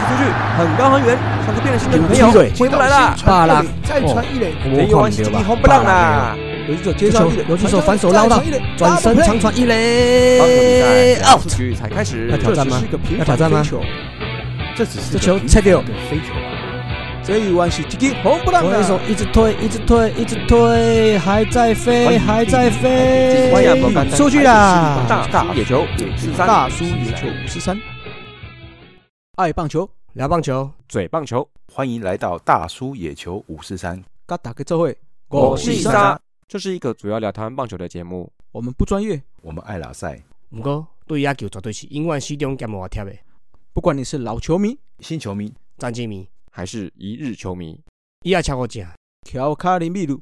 很高很远，像是变了心的女朋踢友腿，回不来了。巴拉再传一垒，没我有看关系，没有吧一？红不让啦。有一手接球，有一手反手捞到，转身长传一棒球比垒赛，out 出。局才开始要。挑战这吗只是一个平要凡挑战吗飞球？这只是这球切切掉飞球啊！这一弯是直接红不让左的一手一直推，一直推，一直推，还在飞，还在飞关亚博干，单出去啦！大叔野球五四三，大叔野球五十三，爱棒球，聊棒球，嘴棒球，欢迎来到大叔野球五四三，嘎打个这会，我我是是伊伊莎莎，这是一个主要聊台湾棒球的节目。我们不专业，我们爱拉赛不过对野球绝对是永远始终兼无贴的，不管你是老球迷、新球迷，詹金迷，还是一日球迷，伊也超过正。乔卡林秘鲁，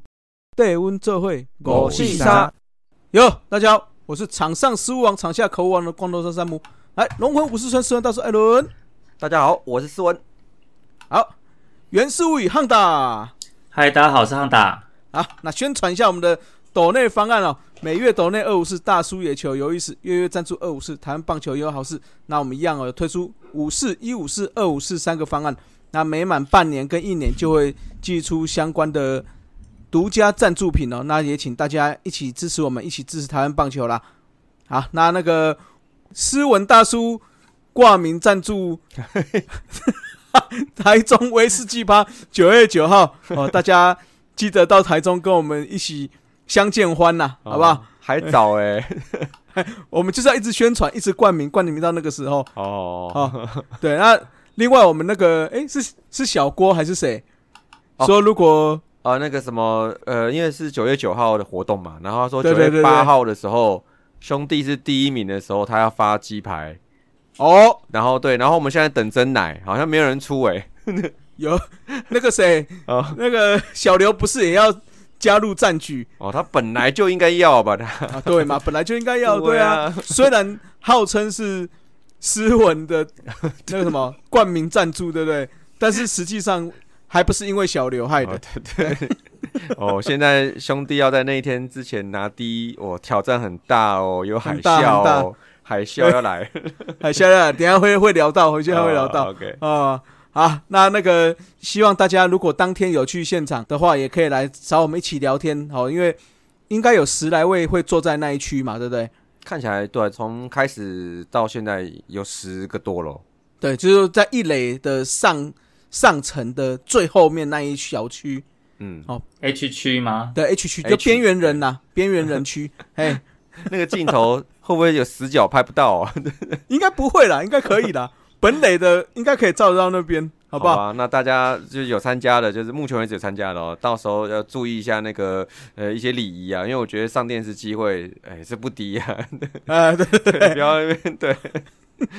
对温这会，我是伊莎，哟，大家好，我是场上失误王、场下口误王的光头山山姆，来龙魂武士村四人大叔艾伦，大家好，我是思文。好，原事物语汉达。嗨，大家好，我是汉达。好，那宣传一下我们的抖内方案哦，每月抖内二五四大叔野球有意思，月月赞助二五四台湾棒球有好事。那我们一样哦，有推出五四、一五四、二五四三个方案。那每满半年跟一年就会寄出相关的独家赞助品哦。那也请大家一起支持我们，一起支持台湾棒球啦。好，那那个斯文大叔挂名赞助 台中威士忌吧，九月九号哦，大家。记得到台中跟我们一起相见欢呐、好不好？哦？还早哎、我们就是要一直宣传，一直冠名，冠名到那个时候。哦，哦，对，那另外我们那个，诶，是是小郭还是谁？哦说如果啊，那个什么，呃，因为是九月九号的活动嘛，然后他说对哦九对月对八对号的时候，兄弟是第一名的时候，他要发鸡排，哦，然后对，然后我们现在等真奶，好像没有人出哎、有 那个谁，哦那个小刘不是也要加入战局哦，他本来就应该要 吧，他 啊？对嘛，本来就应该要对对啊。啊，虽然号称是斯文 的那个什么冠名赞助，对不对？但是实际上还不是因为小刘害的哦。对对。哦，现在兄弟要在那一天之前拿第一，哦，挑战很大哦，有海很大啸很大哦，海啸要来， 哎，现在等一下会会聊到，回去还会聊到哦。OK，啊、好，那那个希望大家如果当天有去现场的话，也可以来找我们一起聊天哦，因为应该有十来位会坐在那一区嘛，对不对？看起来对，从开始到现在有十个多了。对，就是在一垒的上上层的最后面那一小区嗯， H 区吗？的 H 区， H 就边缘人呐、边缘人 区，哎，那个镜头会不会有死角拍不到啊？应该不会啦，应该可以 啦，本垒的应该可以照得到那边，好不好？吧，那大家就有参加的，就是目前为止有参加的哦，到时候要注意一下那个呃一些礼仪啊，因为我觉得上电视机会哎是不低啊， 哎，对不要在那边对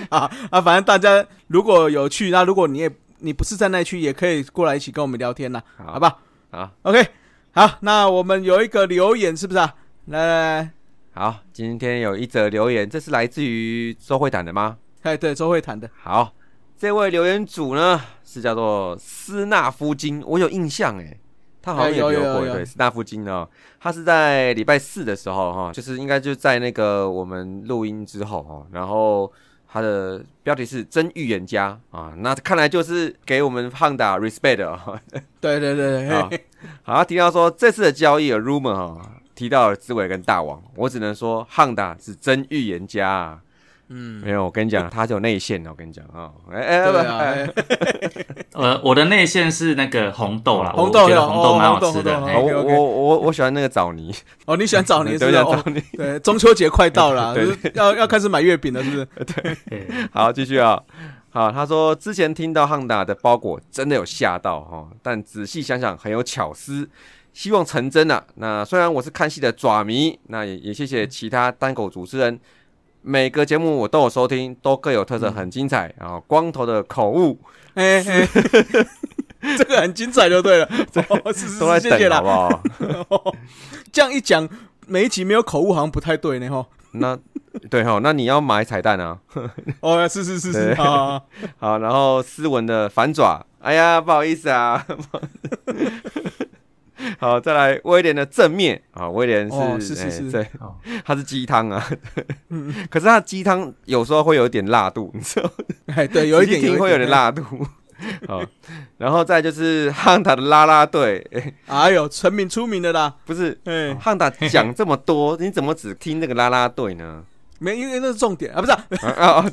啊啊，反正大家如果有去，那如果你也你不是在那一区，也可以过来一起跟我们聊天啦，好好吧？好，OK，好，那我们有一个留言是不是啊？来来来，好，今天有一则留言，这是来自于周会党的吗？哎，对，周慧谈的，好，这位留言主呢是叫做斯纳夫金，我有印象哎，他好像也哎有留有过有对斯纳夫金哦，他是在礼拜四的时候哈、就是应该就在那个我们录音之后哈、然后他的标题是真预言家啊，那看来就是给我们汉达 respect 的、哦。对对对对啊好嘿， 好，他提到说这次的交易有 rumor 哈、提到了志伟跟大王，我只能说汉达是真预言家、啊。嗯，没有，我跟你讲，他是有内线的。我跟你讲啊，哎哎对不啊，哎哎呃，我的内线是那个红豆啦，红我豆觉得有红豆哦蛮红豆好吃的。红豆嘿哦我 OK，OK 我我我喜欢那个枣泥，哦，你喜欢 找年是对，不我是？哦喜欢枣泥。对，中秋节快到了， 对就是 要要开始买月饼了，是不是？嘿好，继续啊。好，他说之前听到汉达的包裹真的有吓到哈、哦，但仔细想想很有巧思，希望成真啊。那虽然我是看戏的爪迷，那也也谢谢其他单口主持人，每个节目我都有收听，都各有特嗯色，很精彩。然后光头的口误哎哎， 这个很精彩就对了，哦是是都在是，谢谢等，好啦不。好？ 这样一讲，每一集没有口误好像不太对呢，哈。那对哈、哦，那你要买彩蛋啊。哦，是是是是对啊。好好好，然后斯文的反爪，哎呀，不好意思啊。 好，再来威廉的正面啊，威廉是、哦是嗯是是对好，他是鸡汤啊， 可是他鸡汤有时候会有点辣度，你知道吗， 哎，对，有一仔细点听会有点，辣度。 好，然后再就是汉达的啦啦队，诶哎呦，成名出名的啦，不是哎、汉达讲这么多， 你怎么只听那个啦啦队呢？没，因为那是重点啊，不是啊、啊啊，啊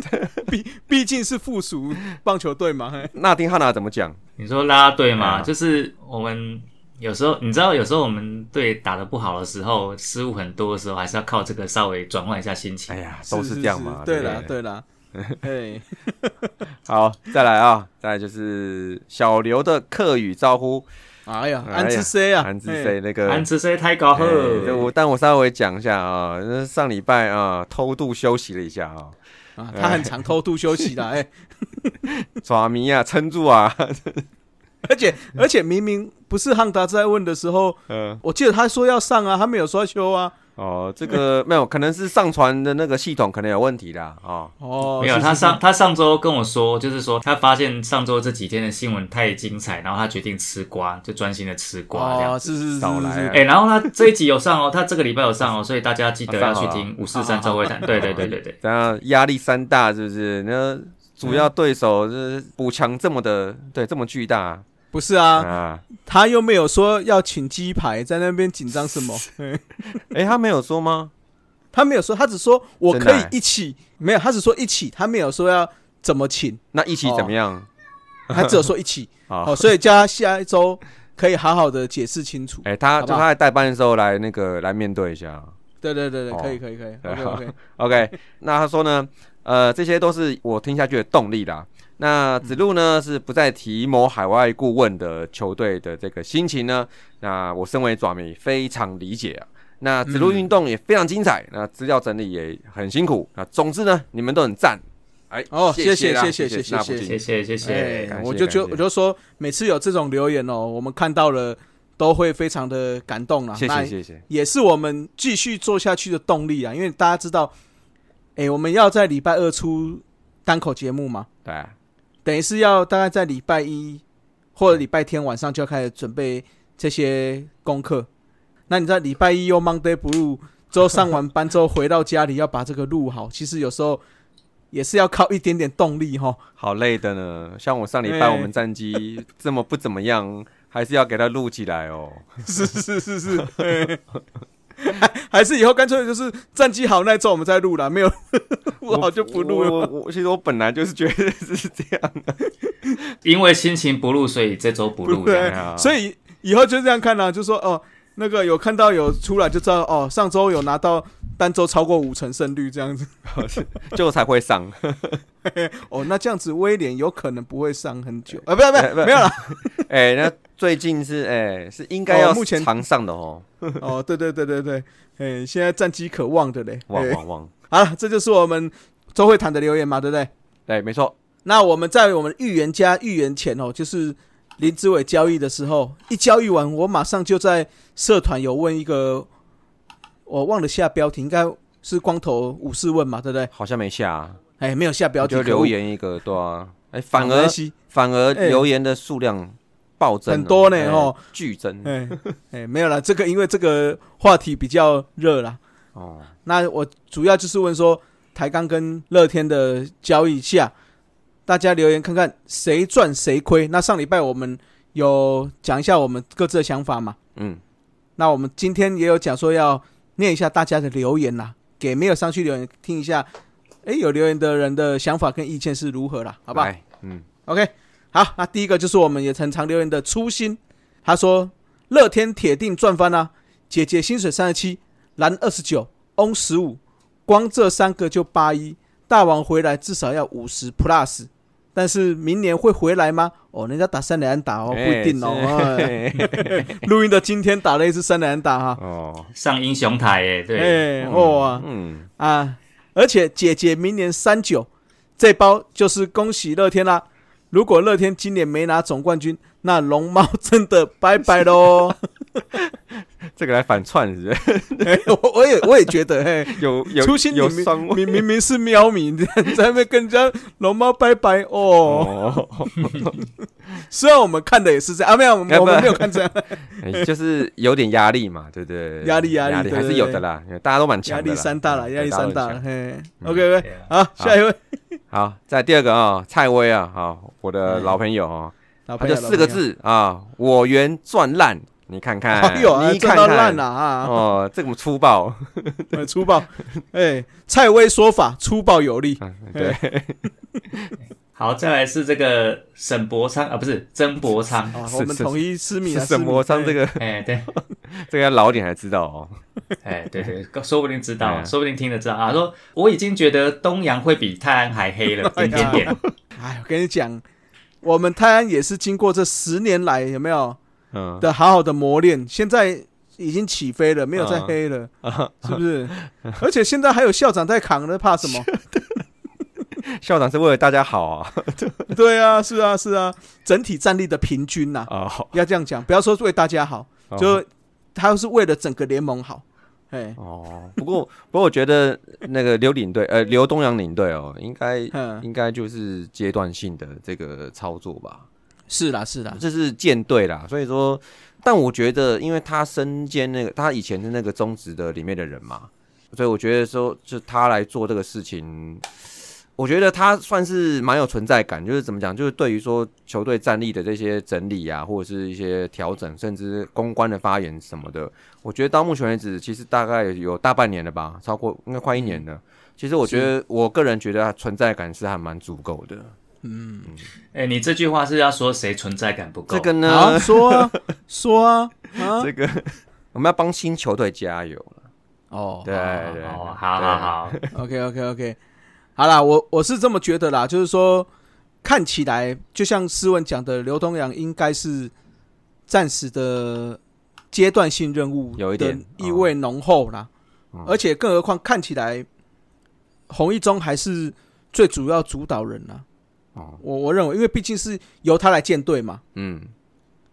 对 毕竟是附属棒球队嘛，嘿那听汉达怎么讲？你说啦啦队嘛，哎呀就是我们有时候你知道，有时候我们队打得不好的时候，失误很多的时候，还是要靠这个稍微转换一下心情。哎呀， 都这样嘛，对不啦，对 啦，哎，好，再来啊，再来就是小刘的客语招呼，哎呀，哎呀安之 C 啊，韩之嘿 C 那个安吃谁太高哎对呵，我但我稍微讲一下啊，那上礼拜啊偷渡休息了一下啊，啊，他很常偷渡休 息的，哎，爪迷啊 撑住啊，而且而且明明不是汉达在问的时候，嗯我记得他说要上啊，他没有说要休啊，哦这个没有，可能是上传的那个系统可能有问题啦啊，哦，没有是他上他上周跟我说，就是说他发现上周这几天的新闻太精彩，然后他决定吃瓜，就专心的吃瓜这样哦，。是是是少是来啊是，哎、然后他这一集有上哦，他这个礼拜有上哦，所以大家记得要去啊听五四三周会谈。对对对对对，然后压力山大是不是？那主要对手是补强这么的，对这么巨大不是啊，啊，他又没有说要请鸡排，在那边紧张什 么？嘿哎他没有说吗？他没有说，他只说我真可的以哎一起，没有，他只说一起，他没有说要怎么 请，那一起怎么样？他只有说一起。好哦，所以叫他下一周可以好好的解释清楚。哎、他好就不好他在代班的时候来那个来面对一下。对对对对，哦可以可以 可以对，OK OK， OK，那他说呢，呃，这些都是我听下去的动力啦。那子路呢是不再提某海外顾问的球队的这个心情呢，那我身为爪迷非常理解啊。那子路运动也非常精彩，那资料整理也很辛苦。那总之呢，你们都很赞。哎，哦谢谢谢啦谢谢谢谢那不谢谢行谢谢谢。哎感谢我就就感谢我就说，每次有这种留言哦，我们看到了都会非常的感动啦。谢那谢谢谢。也是我们继续做下去的动力啊，因为大家知道，哎，我们要在礼拜二出单口节目嘛，对啊，等于是要大概在礼拜一或者礼拜天晚上就要开始准备这些功课。那你在礼拜一又 Monday Blue 之后上完班之后回到家里要把这个录好，其实有时候也是要靠一点点动力哈。好累的呢。像我上礼拜哎我们战绩这么不怎么样，还是要给他录起来哦。 是是是是，嘿 还是以后干脆就是战绩好那一周我们再录了，没有 我好就不录了。我我我其实我本来就是觉得是这样因为心情不录，所以这周不录不录这样。的啊，所以以后就这样看啦、就说哦，那个有看到有出来就知道哦，上周有拿到单周超过五成胜率这样子。 就才会上。哦，那这样子威廉有可能不会上很久， 啊，不要不要， 没有了。哎，那最近是哎是应该要哦目前常上的哦，哦，对对对对对，哎，现在战机可望的嘞。汪哎汪汪，好了，这就是我们周会谈的留言嘛，对不对？对，没错，那我们在我们预言家预言前哦，就是林志伟交易的时候，一交易完，我马上就在社团有问一个，我忘了下标题，应该是光头武士问嘛，对不对？好像没下啊，哎，没有下标我题，就可恶留言一个，对啊，哎，反没而关系反而哎留言的数量暴增哦，很多呢哎哦，剧增哎哎，没有啦，这个因为这个话题比较热啦。哦，那我主要就是问说，台钢跟乐天的交易下，大家留言看看谁赚谁亏。那上礼拜我们有讲一下我们各自的想法嘛？嗯，那我们今天也有讲说要念一下大家的留言啦，给没有上去留言听一下，诶，有留言的人的想法跟意见是如何啦，好不好？来，嗯， OK，好，那第一个就是我们也很常留言的初心，他说乐天铁定赚翻啊，姐姐薪水三十七，蓝二十九，翁十五，光这三个就八一，大王回来至少要五十 plus，但是明年会回来吗？哦，人家打三连安打哦，不一定哦。哎 哎是录音的今天打了一次三连安打哈，哦，上英雄台耶，哎、对，哇、嗯，啊！而且姐姐明年三九，这包就是恭喜乐天啦。如果乐天今年没拿总冠军，那龙猫真的拜拜 喽。这个来反串是不 是哎我我也我也觉得，嘿，有有初心你有明双位明明明是喵迷，在那边跟人家龙猫拜拜哦。哦。虽然我们看的也是这样啊，没有，我们要我不们没有看 这样，哎就是有点压力嘛，对不对？压力压力压对还是有的啦，大家都蛮强压的啦。力山大了，嗯压力山大。对了。家嘿，OK 对 OK，啊好，下一位。都很强好，再来第二个啊、蔡威啊，好，我的老朋友啊、哎老他朋友就四个，字啊，我缘赚烂。你看看，老朋友哎呦，你赚看到看烂了啊！哦，这么粗暴， 哎粗暴，哎，蔡薇说法粗暴有力，啊哎对，好，再来是这个沈伯昌啊，不是曾伯昌。 啊，是我们是统一私密是啊，什么？唱这个个哎，对，这个要老一点才知道哦。哎，对对，说不定知道，哎说不定听得知道啊。说我已经觉得东阳会比泰安还黑 了，点点点。哎，我跟你讲，我们泰安也是经过这十年来有没有嗯，的好好的磨练，现在已经起飞了，没有再嗯黑了，是不是？ 而且现在还有校长在扛呢，怕什么？ 校长是为了大家好啊。对啊，是啊，是啊，整体战力的平均呐、哦，要这样讲，不要说为大家好，哦就他是为了整个联盟好。哎，哦，不过不过我觉得那个刘领队，呃，刘东阳领队哦，应该嗯，应该就是阶段性的这个操作吧，是啦，是啦，这是舰队啦，所以说，但我觉得，因为他身兼那个他以前是那个中职的里面的人嘛，所以我觉得说，就他来做这个事情，我觉得他算是蛮有存在感，就是怎么讲，就是对于说球队战力的这些整理啊，或者是一些调整，甚至公关的发言什么的，我觉得到目前为止，其实大概有大半年了吧，超过应该快一年了。其实我觉得，我个人觉得他存在感是还蛮足够的。哎，你这句话是要说谁存在感不够？这个好呢，说啊，说啊，啊， 这个我们要帮新球队加油了。哦对对，啊哦，好好好， ，OK OK OK，好啦，我我是这么觉得啦，就是说，看起来就像思文讲的，刘东阳应该是暂时的阶段性任务，有一点哦意味浓厚啦，嗯而且更何况看起来洪一中还是最主要主导人啦。哦，我我认为，因为毕竟是由他来建队嘛，嗯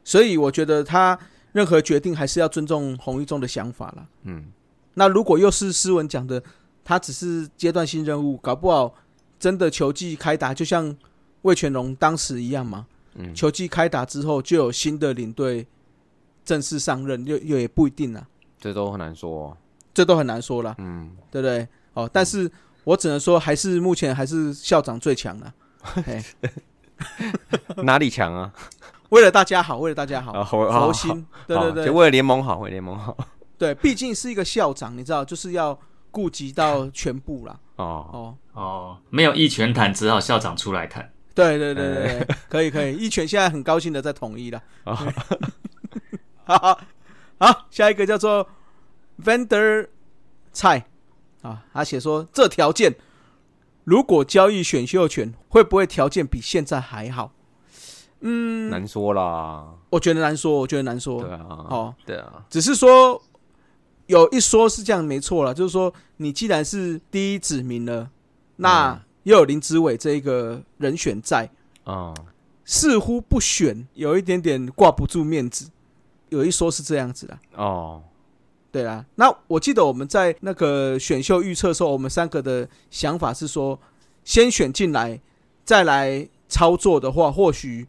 所以我觉得他任何决定还是要尊重洪一中的想法啦。嗯，那如果又是诗文讲的，他只是阶段性任务，搞不好真的球季开打，就像魏全龙当时一样嘛。嗯球季开打之后，就有新的领队正式上任，又又也不一定啦，啊这都很难说、哦。这都很难说啦，嗯，对不对？哦，但是我只能说，还是目前还是校长最强啊啦。嘿 哪里强 啊？为了大家好，为了大家好，啊，我佛，好好心，对好对对哦就，为了联盟好，为了联盟好。对，毕竟是一个校长，你知道，就是要顾及到全部啦。哦，哦，哦，没有一拳谈，只好校长出来谈。对对对对，对可以可以，一拳现在很高兴的在统一了。哎 哦 好好好，下一个叫做 Vander 蔡啊，他写说这条件，如果交易选秀权，会不会条件比现在还好？难说啦。我觉得难说，我觉得难说。嗯对啊，哦，对啊，只是说有一说是这样没错了，就是说你既然是第一指名了，那又有林志伟这一个人选在，嗯，似乎不选有一点点挂不住面子，有一说是这样子的。哦，对啦，那我记得我们在那个选秀预测的时候，我们三个的想法是说，先选进来，再来操作的话，或许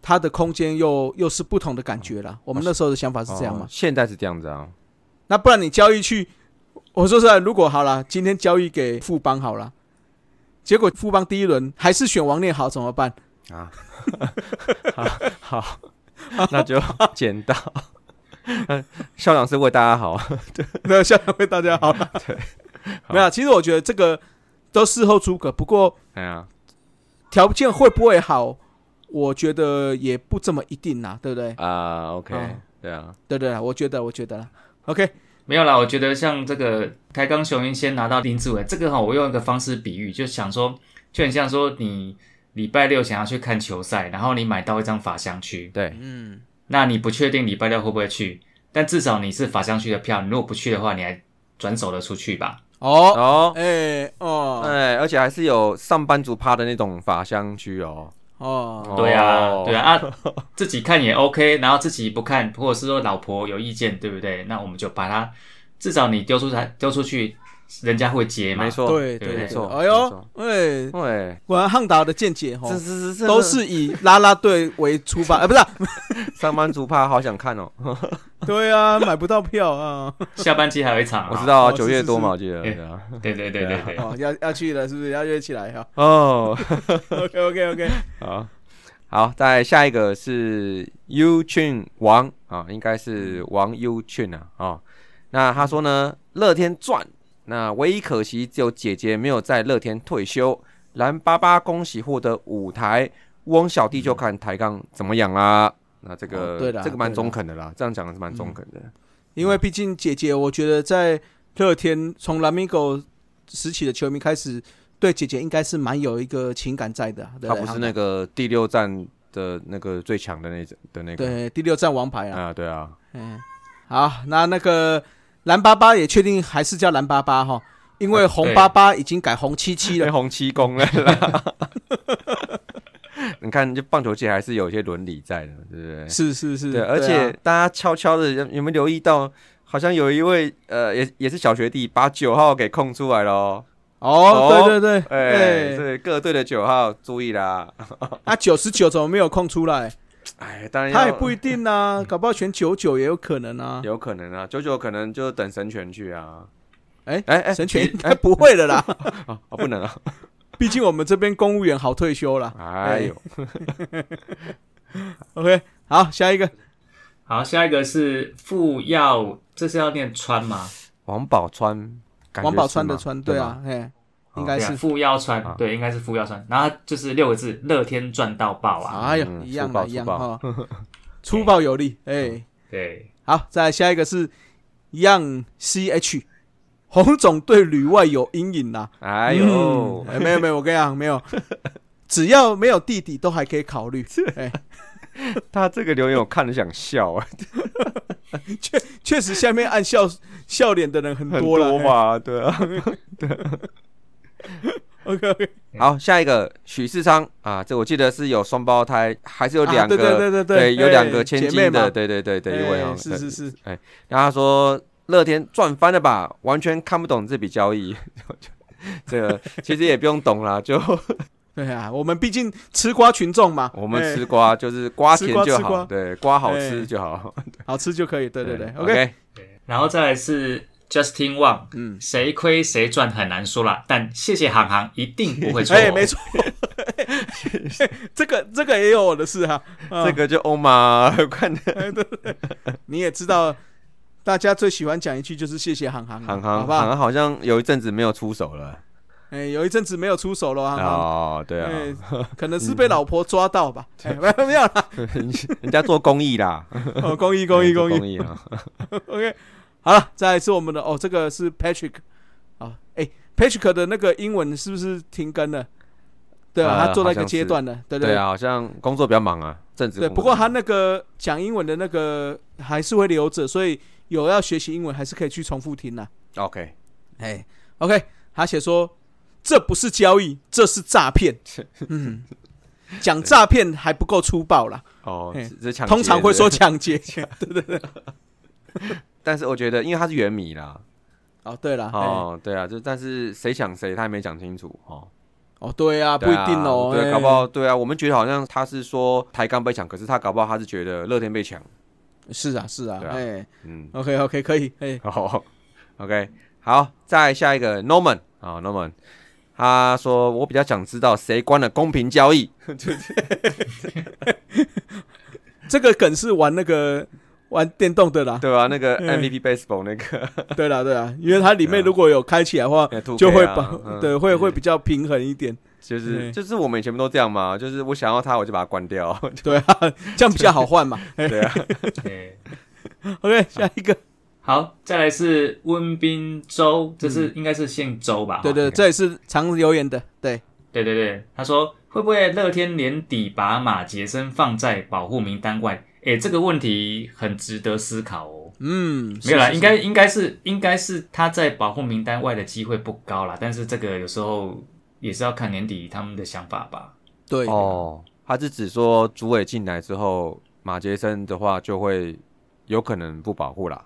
它的空间又又是不同的感觉啦。我们那时候的想法是这样嘛哦？现在是这样子啊。 那不然你交易去，我说实在，如果好了，今天交易给富邦好了，结果富邦第一轮还是选王念豪怎么办？啊，好，好，那就捡到。 校长是为大家好， 没有，下来为大家 好了。 对，没有啊。其实我觉得这个都事后诸葛，不过哎呀，条件会不会好，我觉得也不这么一定啦，对不对？啊，OK，哦对啊，对对啦，我觉得，我觉得啦。OK，没有啦，我觉得像这个台钢雄鹰先拿到林志伟，这个哈、我用一个方式比喻，就想说，就很像说你礼拜六想要去看球赛，然后你买到一张法香区，对，嗯，那你不确定礼拜六会不会去，但至少你是法香区的票，你如果不去的话，你还转手的出去吧。哦，哦，哎，哦，哎，而且还是有上班族趴的那种法香区哦。哦，对啊哦，对，啊，啊，自己看也 OK，然后自己不看，或者是说老婆有意见，对不对？那我们就把它，至少你丢出来丢出去，人家会接嘛。没错，对对对没错对哎没呦错，哎，对，果然汉达的见解哈这，这这都是以拉拉队为出 发，哎，不是啊，上班族趴，好想看哦。对啊，买不到票啊，下半季还有一场啊，我知道啊，哦九是月是多嘛，是我记得。哎 对啊对对对对对，哦，要要去了，是不是要约起来哈哦， ？OK OK OK，好，好，再下一个是 U Chun 王啊，应该是王 U Chun 啊啊、哦那他说呢，乐天赚，那唯一可惜只有姐姐没有在乐天退休。蓝巴巴恭喜获得舞台，翁小弟就看抬杠怎么样啦。那这个、哦对啦这个蛮对啦嗯中肯的啦，这样讲的是蛮中肯的。因嗯为毕竟姐姐，我觉得在乐天从蓝米狗时期的球迷开始，对姐姐应该是蛮有一个情感在的啊。对他对不是那个第六站的那个最强的那的那个对第六站王牌啊。啊，对啊，嗯，好，那那个蓝巴巴也确定还是叫蓝巴巴哈，因为红巴巴已经改红七七被了。红七公了啦。 你看，就棒球界还是有一些伦理在的，对不 对？是是是，哎对，而啊且大家悄悄的有有没有留意到，好像有一位呃，也也是小学弟，把九号给空出来喽。哦，对对对，哎、哎，对，各队的九号注意啦！那啊九十九怎么没有空出来？哎，当然要嗯他也不一定啊，搞不好选九九也有可能啊。有可能啊，九九可能就等神拳去啊。哎哎哎，神犬应你该 不会了啦，哦哦不能啊！毕竟我们这边公务员好退休啦。哎呦， OK，好，下一个好，下一个是富耀，这是要念川吗？王宝川，感觉王宝是钏的吗钏，对吗啊，哎，应该对啊是，富耀川啊，对，应该是富耀川。然后就是六个字，乐天赚到爆啊！哎呦，嗯一样粗暴嗯的，一样粗哈， 粗暴有力，哎，对，好，再来下一个是 Young CH，洪总对旅外有阴影啦，哎呦嗯，哎没有没有，我跟你讲，没 有，只要没有弟弟都还可以考虑，哎，他这个留言我看了想 笑啊，确实下面按笑笑脸的人很很多了，哎嘛，对啊。 OK OK，好，下一个许世昌啊，这我记得是有双胞胎，还是有两个、啊对对对对对有两个哎千姐妹金的，嘛对对对对，一哎位哦，是是对。是，然后他说乐天赚翻了吧，完全看不懂这笔交易， 这个其实也不用懂 啦，就对啊，我们毕竟吃瓜群众嘛，我们哎吃瓜就是瓜吃甜瓜就吃好，瓜对，瓜好吃哎就好。好吃就可以，对对对嗯，OK，然后再来是 Justin Wang，嗯，谁亏谁赚很难说啦，但谢谢航航一定不 会错。哦哎，没，错，这个这个也有我的事哈，啊这个就欧玛，看哎你也知道，大家最喜欢讲一句就是谢谢航航，航好航不好？航好像有一阵子没有出手了哎、有一阵子没有出手了，航航。哦，对啊，嗯哎可能是被老婆抓到吧？哎 没有没有啦，人家做公益啦，哦，公益 公益做公益公益啊。 ，OK，好了，再来是我们的哦，这个是 Patrick 啊，哎、p a t r i c k 的那个英文是不是停更了？对啊，呃他做到一好个像阶是段了，对对对啊，好像工作比较忙啊，正职对，工作。不过他那个讲英文的那个还是会留着，所以有要学习英文还是可以去重复听啦。 OK，哎，OK，他写说这不是交易，这是诈 骗。嗯，讲诈骗还不够粗暴啦，哦，嘿只只抢劫通常会说对抢劫。但是我觉得，因为他是原米啦， 哦，对了，哦，哦，对啊，就但是谁抢谁，他还没讲清楚哦，哦，对啊，不对一啊定哦，对，哎搞不好对啊，我们觉得好像他是说台钢被抢，可是他搞不好他是觉得乐天被抢，是啊，是啊，对啊哎 嗯， ，OK OK，可以，哎，好，OK，好，再下一个 Norman 啊，Norman，他说我比较想知道谁关了公平交易，这个梗是玩那个玩电动的啦，对啊吧？那个嗯 MVP Baseball 那个对啦，对啦，因为它里面对啊如果有开起来的话， 2K 啊 就会把嗯对会会比较平衡一点，就是嗯就是我们以前不都这样吗？就是我想要他，我就把它关掉。对啊，这样比较好换嘛。啊哎对啊，对。 OK，下一个，好，再来是温滨州，这是应该是姓周吧？ 对对，哈这也是常留言的，对，对对对，他说会不会乐天年底把马杰森放在保护名单外？诶，这个问题很值得思考哦。嗯，没有啦，是是是应该应该是应该是他在保护名单外的机会不高啦，但是这个有时候也是要看年底他们的想法吧。 对哦，他是指说主委进来之后，马杰森的话就会有可能不保护啦。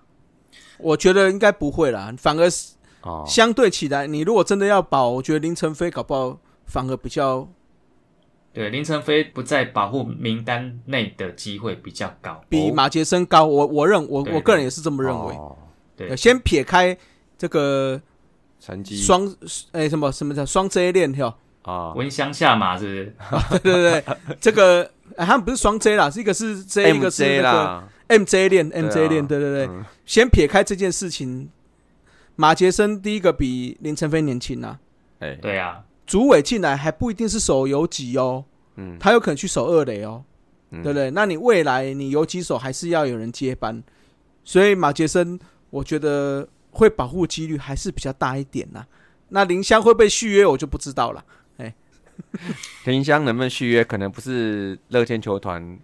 我觉得应该不会啦，反而是哦，相对起来，你如果真的要保，我觉得林晨飞搞不好反而比较对，林晨飞不在保护名单内的机会比较高。比哦马杰森高。我我认我对我个人也是这么认为。哦、对呃先撇开这个哎成绩双诶、什么什么叫双 J 链条，啊，温香下马是不是？ 对对对，这个、哎他们不是双 J 啦，是一个是 J，一个是 MJ 那个啦， MJ 链，MJ 啊链，对对对，嗯先撇开这件事情，马杰森第一个比林晨飞年轻啊，哎，对啊，主委进来还不一定是守游击哦，嗯，他有可能去守二垒哦，嗯对不对？那你未来你游击手还是要有人接班，所以马杰森我觉得会保护几率还是比较大一点呐、啊那林香会不会续约我就不知道了，林香能不能续约，可能不是乐天球团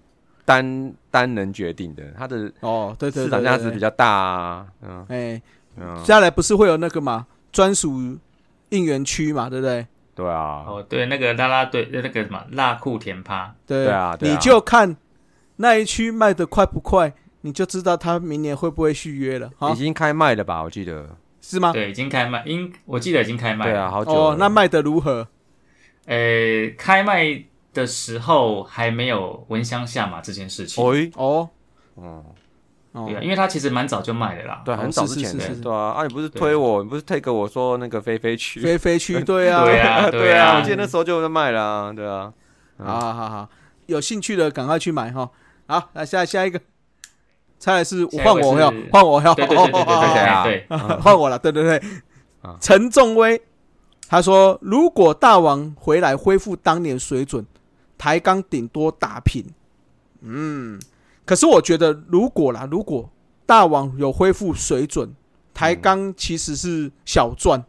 单单能决定的，他的哦，对对对市场对价值对比较大啊，嗯哎，嗯，接下来不是会有那个嘛专属应援区嘛，对不对？对啊，哦，对，那个啦啦队那个什么辣酷甜趴，对对啊对啊你就看那一区卖的快不快，你就知道他明年会不会续约了已啊？经开卖了吧？我记得，是吗？对，已经开卖，应我记得已经开卖。对啊，，好久了哦，那卖的如何？呃，开卖的时候还没有蚊香下马这件事情。哎，哦嗯，哦对，啊，因为它其实蛮早就卖的啦。对，啊很早之前是是的是，对啊，啊，你不是推我，你不是 take 我说那个菲菲去，飞飞区，对啊，对啊， 对啊，我记得那时候就在卖了啊，对啊，好好好好，有兴趣的赶快去买哈。好，那下下一个，再来是下一位换我哟是，换我哟，对对对对对哦哦哦哦对对对， 换我了，对对对啊，陈仲威他说，如果大王回来恢复当年水准，台钢顶多打平。嗯，可是我觉得如果啦，如果大王有恢复水准，台钢其实是小赚。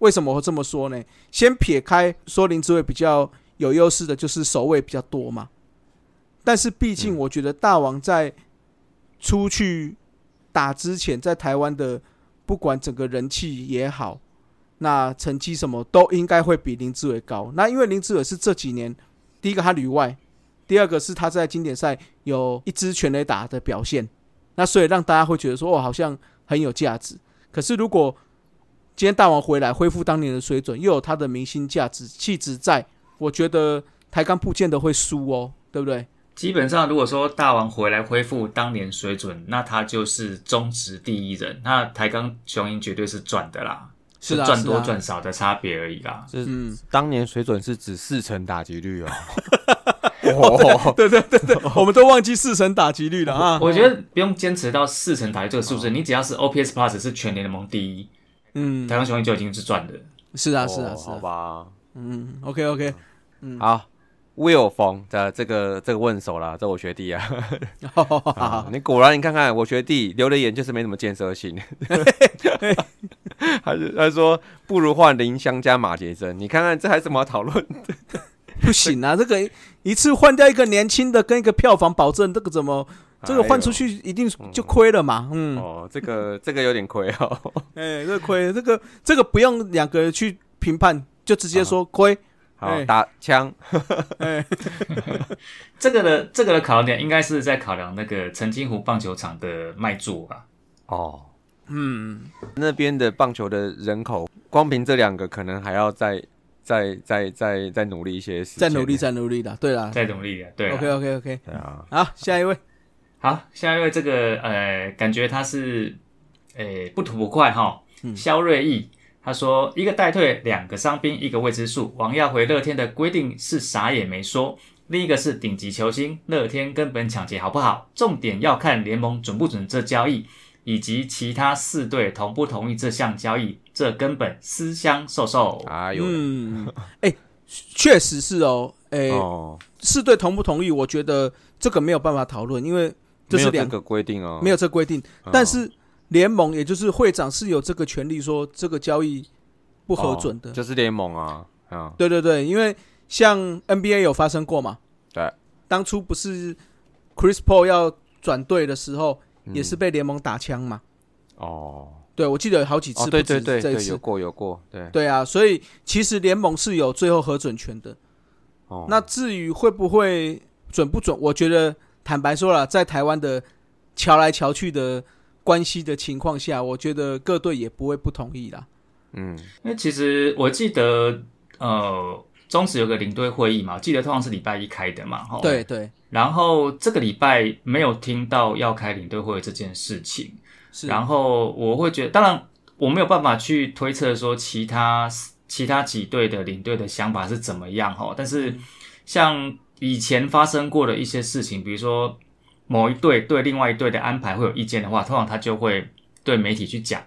为什么会这么说呢？先撇开说林志伟比较有优势的，就是守卫比较多嘛。但是毕竟我觉得大王在出去打之前，在台湾的不管整个人气也好，那成绩什么都应该会比林志伟高。那因为林志伟是这几年，第一个他旅外，第二个是他在经典赛有一支全垒打的表现，那所以让大家会觉得说，哦，好像很有价值。可是如果今天大王回来恢复当年的水准，又有他的明星价值气质在，我觉得台钢不见得会输哦，对不对？基本上如果说大王回来恢复当年水准，那他就是中职第一人，那台钢雄鹰绝对是赚的啦，是啊赚是多啊赚少的差别而已啦。这嗯当年水准是指四成打击率哦， 哦，对对对对，我们都忘记四成打击率了啊。我觉得不用坚持到四成打击这个数哦字，你只要是 OPS Plus 是全联盟第一，嗯台，湾雄鹰就已经是赚的。是啊 是啊是哦好啊，吧，嗯，OK OK，好。Will 冯的这个这个问手啦，这我学弟啊， 好好啊好， 你果然你看看我学弟留的言就是没什么建设性，还是他说不如换林香加马杰森，你看看这还什么好讨论？不行啊，这个一次换掉一个年轻的跟一个票房保证，这个怎么这个换出去一定就亏了嘛？哎呦、嗯，哎哦，这个这个有点亏哦，哎，这亏，这个这个不用两个人去评判，就直接哦说亏。好哎打枪，哎，这个的这个的考量点应该是在考量那个澄清湖棒球场的卖座吧。哦，嗯，那边的棒球的人口，光凭这两个可能还要再再再再再努力一些时间，再努力，再努力的，对啦再努力啊，对啊 OK OK OK，对啊，好，下一位，好，下一位这个呃，感觉他是呃不吐不快哈，肖瑞义。他说：“一个带退，两个伤兵，一个未知数。王耀回乐天的规定是啥也没说。另一个是顶级球星，乐天根本抢劫好不好？重点要看联盟准不准这交易，以及其他四队同不同意这项交易。这根本私相授受。哎呦， 嗯，哎，确实是哦，哎，哦，是对同不同意，我觉得这个没有办法讨论，因为这没有是这两个规定哦，没有，有这规定，但是联盟也就是会长是有这个权利说这个交易不不核准的。就是联盟啊，啊，对对对，因为像 NBA 有发生过嘛，对，当初不是 Chris Paul 要转队的时候，嗯也是被联盟打枪嘛。哦，对，我记得有好几次，哦，对不止对对这一对，有次。过有过，对，对啊，所以其实联盟是有最后核准权的。哦，那至于会不会准不准，我觉得坦白说了，在台湾的瞧来瞧去的关系的情况下，我觉得各队也不会不同意啦。嗯，因为其实我记得，呃，中职有个领队会议嘛，我记得通常是礼拜一开的嘛，哈。对对，然后这个礼拜没有听到要开领队会这件事情，是。然后我会觉得，当然我没有办法去推测说其他其他几队的领队的想法是怎么样哈。但是像以前发生过的一些事情，比如说某一队对另外一队的安排会有意见的话，通常他就会对媒体去讲。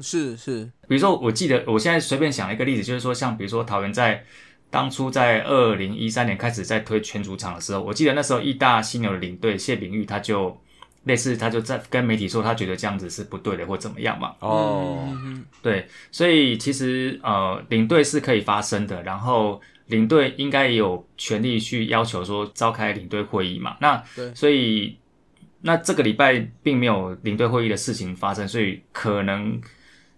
是是，比如说，我记得我现在随便想一个例子，就是说，像比如说桃园在当初在二零一三年开始在推全主场的时候，我记得那时候义大犀牛的领队谢炳玉他就类似他就在跟媒体说，他觉得这样子是不对的或怎么样嘛。哦，嗯对，所以其实呃，领队是可以发声的，然后领队应该也有权利去要求说召开领队会议嘛。那对所以那这个礼拜并没有领队会议的事情发生，所以可能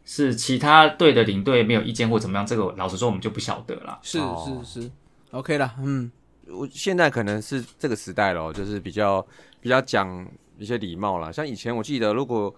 是其他队的领队没有意见或怎么样，这个老实说我们就不晓得啦。是哦是是，OK 啦，嗯，我现在可能是这个时代咯，就是比较比较讲一些礼貌啦。像以前我记得，如果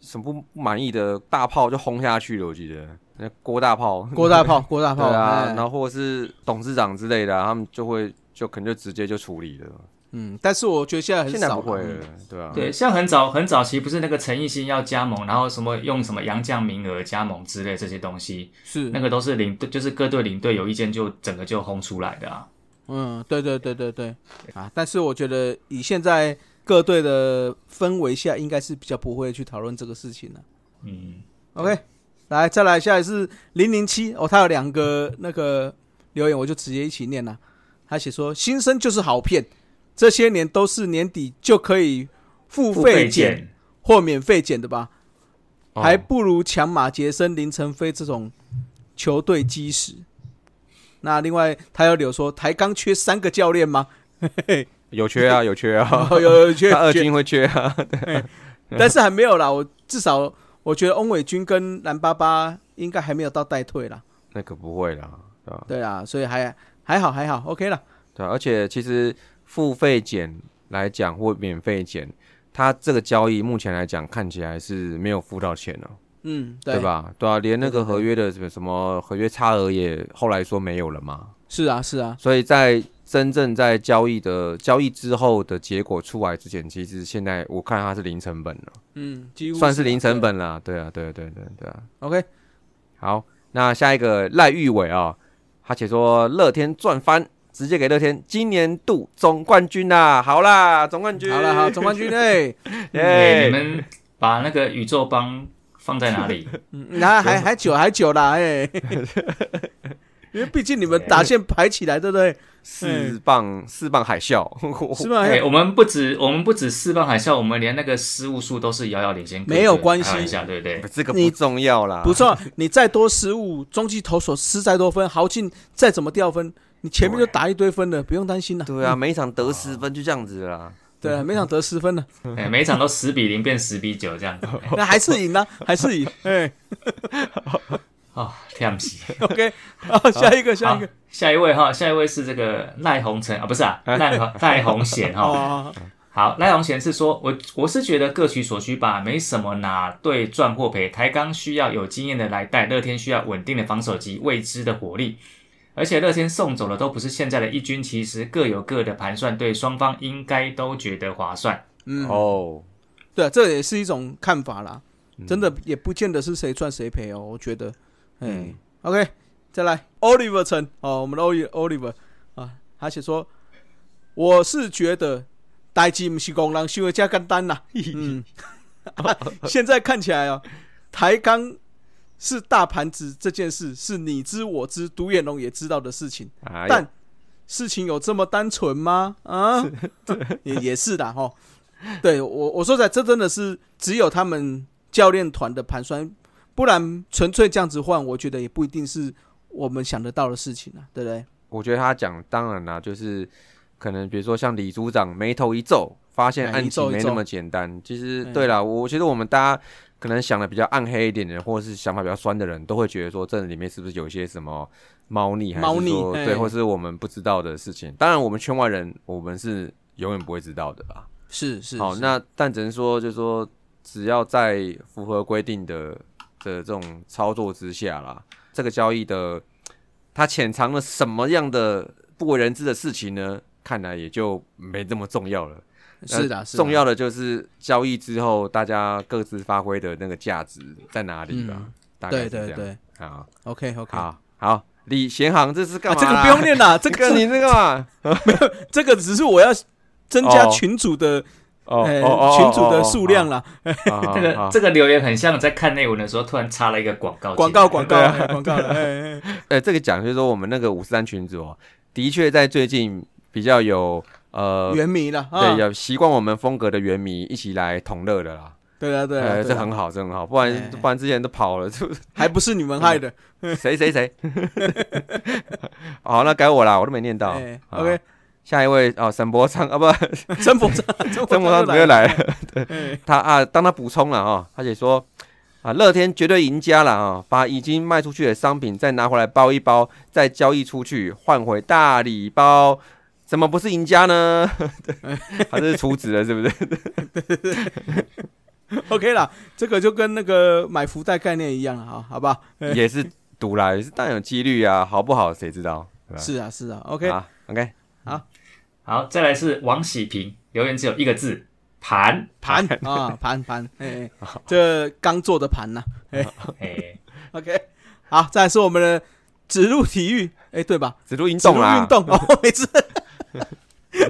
什么不不满意的大炮就轰下去了，我记得那郭大炮， 郭大炮，郭大对炮，啊，哎然后或者是董事长之类的啊、他们就会就可能就直接就处理了。嗯，但是我觉得现在很现在少不了会嗯了，对啊，对，像很早很早期不是那个陈奕迅要加盟，然后什么用什么杨将名额加盟之类这些东西，是那个都是领队就是各队领队有意见就整个就轰出来的啊。嗯，对对对对对啊！但是我觉得以现在各队的氛围下，应该是比较不会去讨论这个事情了。嗯。 OK，来再来，下一是零零七哦，他有两个那个留言，我就直接一起念了。他写说：“新生就是好骗，这些年都是年底就可以付费减，或免费减的吧，哦还不如抢马杰森、林晨飞这种球队基石。”那另外他有留说：“台钢缺三个教练 吗？”有 缺啊，有缺啊，哦，有有缺他二缺，军会 缺啊，但是还没有啦。我至少我觉得翁伟军跟蓝巴巴应该还没有到代退啦。那可不会啦，对啊？对啦，所以还还好还好，OK 啦。对啊、而且其实付费减来讲或免费减，它这个交易目前来讲看起来是没有付到钱哦、嗯，对？吧？对啊，连那个合约的什么什么合约差额也后来说没有了嘛，是啊是啊，所以在真正在交易的交易之后的结果出来之前，其实现在我看它是零成本了，嗯，几乎算是零成。本啦。对啊，对啊对啊对啊对啊。 OK，好，那下一个赖玉伟啊、他写说乐天赚翻，直接给乐天今年度总冠军啦！好啦，总冠军，好了好，总冠军 哎，哎、耶你们把那个宇宙帮放在哪里？嗯还还还久还久啦哎， 因为毕竟你们打线排起来，对不 对？四棒四棒海啸， 是吧？哎、我们不止我们不止四棒海啸，我们连那个失误数都是遥遥领先各队，没有关系一下对不 对？这个你不重要啦，不错，你再多失误，中继投手失再多分，豪进再怎么掉分，你前面就打一堆分了，不用担心了。对啊，每一场得十分就这样子啦。对啊，每场得十分 了。哎、每一场都十比零变十比九这样子，哎那还是赢了，还是赢。哎哦，天死！ ，OK，好，下一个，下好一个。，下一位哈，下一位是这个赖鸿成啊，不是 啊，赖鸿赖鸿贤哈，哎哦，好，赖鸿贤是说，我我是觉得各取所需吧，没什么哪队赚或赔。台钢需要有经验的来带，乐天需要稳定的防守及未知的火力。而且乐天送走的都不是现在的一军，其实各有各的盘算，对双方应该都觉得划算。嗯，哦，对啊，这也是一种看法啦。真的也不见得是谁赚谁赔哦，我觉得。嗯嗯，OK，再来 Oliver 陈哦，我们的 Oli- Oliver 啊，他写说，我是觉得代志不是工人想的这简单啦。嗯，啊现在看起来哦，台钢是大盘子这件事是你知我知，独眼龙也知道的事情。哎呀但事情有这么单纯吗？啊，也也是的哈。对我我说实在，这真的是只有他们教练团的盘算，不然纯粹这样子换，我觉得也不一定是我们想得到的事情啊，对不对？我觉得他讲当然啦，就是可能比如说像李组长眉头一皱，发现哎案一情皱一没皱那么简单。其实嗯对啦，我觉得我们大家可能想的比较暗黑一点的，或者是想法比较酸的人，都会觉得说这里面是不是有一些什么猫腻，还猫是腻说哎对，或是我们不知道的事情。当然，我们圈外人，我们是永远不会知道的啦。是是好，那但只能说，就是说，只要在符合规定的的这种操作之下啦，这个交易的它潜藏了什么样的不为人知的事情呢？看来也就没这么重要了。是的，那是的重要的就是交易之后大家各自发挥的那个价值在哪里嗯吧。大概对是这对样。对好， ，OK OK，啊，好，好，李贤行这是干嘛这啦、个不用念啦，这这个个你那个嘛？这个只是我要增加哦群主的 哦呃群主的数量啦，啊 这个这个留言很像在看内文的时候突然插了一个广告进来，广告广告对哎啊广告了，哎哎呃，这个讲就是说我们那个五十三群组哦，的确在最近比较有呃哎，原迷了啊对，，有习惯我们风格的原迷一起来同乐的啦。对啊对啊，呃，对这啊很好，这很好，不然哎不然之前都跑了，就还不是你们害的，谁谁谁。 好，那该我啦，我都没念到啊哎。好，OK， 下一位哦，沈博昌啊，不，曾博 章， 曾曾博章昌直接来嗯来了。 对，他啊，当他补充了哦，他写说啊，乐天绝对赢家了啊、哦，把已经卖出去的商品再拿回来包一包，再交易出去换回大礼包，怎么不是赢家呢？ 他这是出纸了，是不是？ ，OK 啦，这个就跟那个买福袋概念一样啊，好吧？哎也是赌啦，也是但有几率啊，好不好谁知道？对吧是啊是啊，OK，啊 OK，好，再来是王喜平，留言只有一个字： 盘。盘 啊盘盘，哎，哎这刚做的盘呐哎， ，OK，好，再来是我们的指路体育，哎，对吧？只录运指动啊路啦，运动哦，没 事，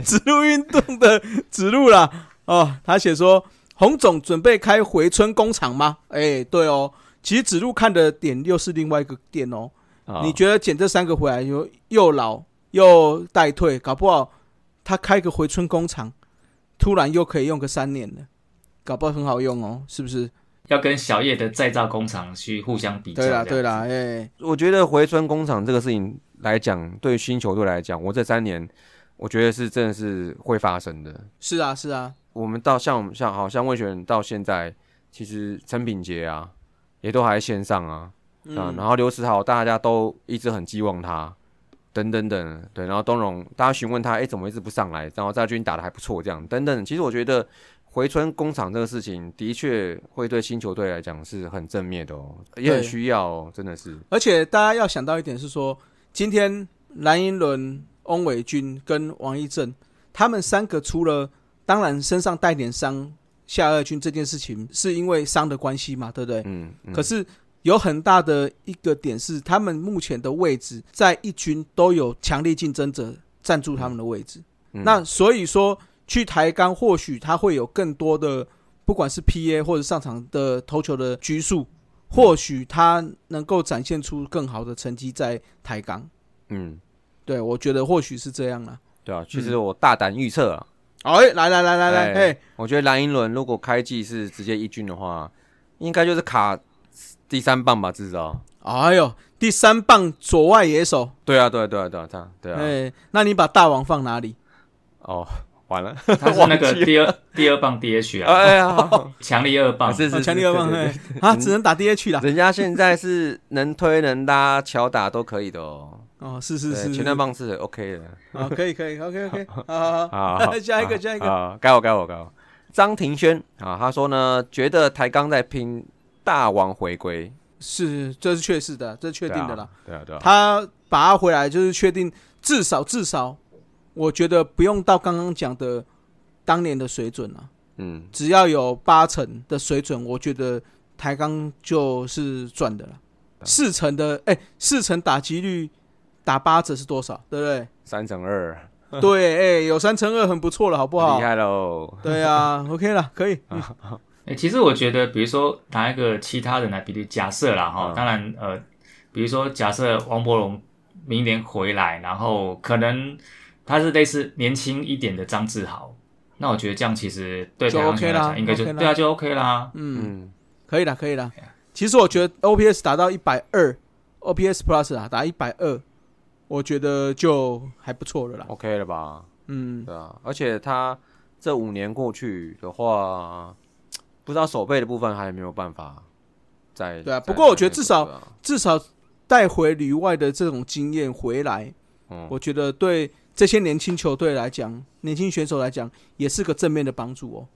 指路运动的指路啦哦，他写说洪总准备开回春工厂吗？哎，对哦，其实指路看的点又是另外一个点哦。啊你觉得捡这三个回来又又老又待退，搞不好他开个回春工厂，突然又可以用个三年了，搞不好很好用哦，是不是？要跟小叶的再造工厂去互相比较。对啦对了，啦，哎、我觉得回春工厂这个事情来讲，对新球队来讲，我这三年我觉得是真的是会发生的。是啊是啊，我们到像我们像好像魏璇到现在，其实陈品杰啊，也都还在线上啊，嗯，啊，然后刘思豪大家都一直很寄望他，等等等，对，然后东荣大家询问他，哎、怎么一直不上来？然后在军打的还不错，这样等等。其实我觉得回春工厂这个事情，的确会对新球队来讲是很正面的哦，也很对需要哦，真的是，而且大家要想到一点是说，今天蓝银伦、翁伟军跟王一正他们三个除了当然身上带点伤，夏二军这件事情是因为伤的关系嘛，对不对？嗯，嗯可是有很大的一个点是，他们目前的位置在一军都有强力竞争者占住他们的位置。嗯那所以说，去台钢或许他会有更多的，不管是 PA 或者上场的投球的局数，或许他能够展现出更好的成绩在台钢。嗯。对，我觉得或许是这样啦。对啊，其实我大胆预测啊，哎，来来来来来，哎哎，我觉得蓝银轮如果开季是直接一军的话，应该就是卡第三棒吧，至少。哎呦，第三棒左外野手，对啊，对啊，对啊，对啊，这样对啊。哎，那你把大王放哪里？哦，完了，他是那 个第二第二棒 DH 啊， 哎呀， 强力二棒。是哦是强力二棒，对对哎，啊，只能打 DH 啦 对。人家现在是能推能拉、巧打都可以的哦。哦，是是对是，前段棒是 OK 的。啊，可以可以，OK OK，好好好， 好 下一个下一个啊，该我该我该我。张庭轩啊，他说呢，觉得台钢在拼大王回归，是这是确实的，这是确定的啦。对啊。对啊，对啊。他把他回来就是确定，至少至少，我觉得不用到刚刚讲的当年的水准了，嗯，只要有八成的水准，我觉得台钢就是赚的了。四成的，哎、四成打击率打八折是多少？对不 对？三乘二，对，哎、有三乘二很不错了，好不好厉？害喽。对啊，OK 了，可以。哎，其实我觉得，比如说拿一个其他人来比例，假设啦哈，嗯当然呃，比如说假设王伯龙明年回来，然后可能他是类似年轻一点的张志豪，那我觉得这样其实对就台湾 OK 球来啦讲，应该就 OK 啦对啊，就 OK 啦。嗯，可以啦，可以啦。其实我觉得 OPS 达到一百二，OPS Plus 啊打一百二，我觉得就还不错了啦。 OK 了吧？嗯，对啊，而且他这五年过去的话，不知道手背的部分还有没有办法再对啊再不过我觉得至少对啊至少带回旅外的这种经验回来，嗯我觉得对这些年轻球队来讲，年轻选手来讲，也是个正面的帮助哦。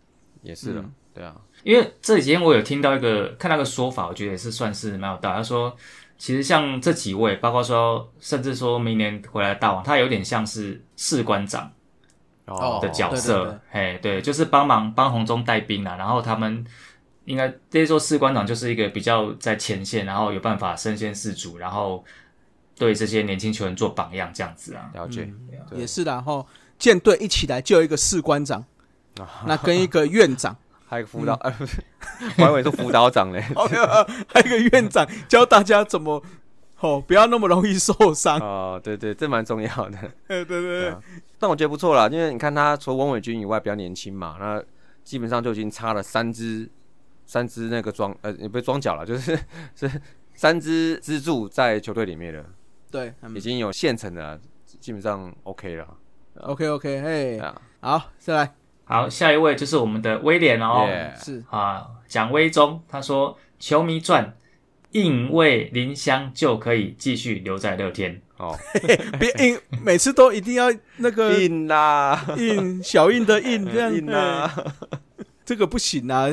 也是了嗯，对啊，因为这几天我有听到一个看到一个说法，我觉得也是算是蛮有道理。他说，其实像这几位，包括说，甚至说明年回来的大王，他有点像是士官长哦的角对对啊色，哎、对，就是帮忙帮红中带兵啦、然后他们应该这些说士官长就是一个比较在前线，然后有办法身先士卒，然后对这些年轻球员做榜样这样子啊。了解，嗯对也是啦哈。吼舰队一起来就有一个士官长，那跟一个院长，还有一个辅导，呃，嗯 不是，我还以为是辅导 长嘞。还有一个院长教大家怎么哦，不要那么容易受伤。哦，对对，这蛮重要的。 对对对对啊，但我觉得不错啦，因为你看他除了王伟军以外比较年轻嘛，那基本上就已经差了三只三只那个装呃也不是装脚了，就是 是三只支柱在球队里面了，对，已经有现成的啦，啊基本上 OK 了。 OK OK，嘿，对啊，好，再来好，下一位就是我们的威廉哦 Yeah 是啊，蒋威忠他说：“球迷传，应为林香就可以继续留在乐天。哦，别印，每次都一定要那个硬 啦，印小印的印这样硬啦，嘿这个不行啊！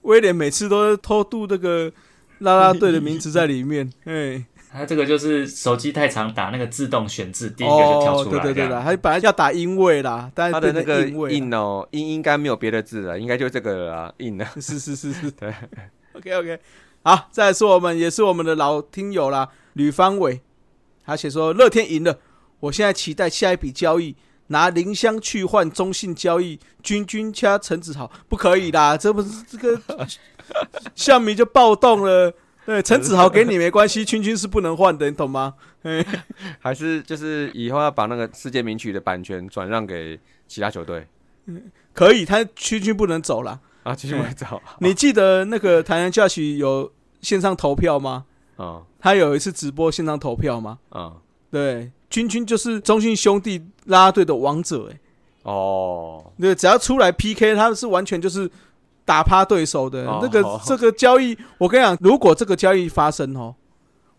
威廉每次都偷渡这个啦啦队的名字在里面，哎，”他这个就是手机太长，打那个自动选字，第一个就跳哦，出对来这对样。对啦，他本来要打因为啦，但他是的变那成个因为啦，硬哦，硬应该没有别的字了，应该就这个了啦，硬了。 是是是是，对 ，OK OK，好，再来是我们也是我们的老听友啦，吕方伟，他写说乐天赢了，我现在期待下一笔交易。拿林香去换中信交易，君君掐陈子豪不可以啦，这不是这个项迷就暴动了。对，陈子豪给你没关系，君君是不能换的，你懂吗？还是就是以后要把那个世界名曲的版权转让给其他球队可以，他君君不能走啦。啊，继续我 找你记得那个台南教许有线上投票吗？啊他有一次直播线上投票吗？啊对，君君就是中信兄弟啦啦队的王者、欸，哎，哦，对，只要出来 PK，他是完全就是打趴对手的。哦那个、好好这个交易，我跟你讲，如果这个交易发生哦，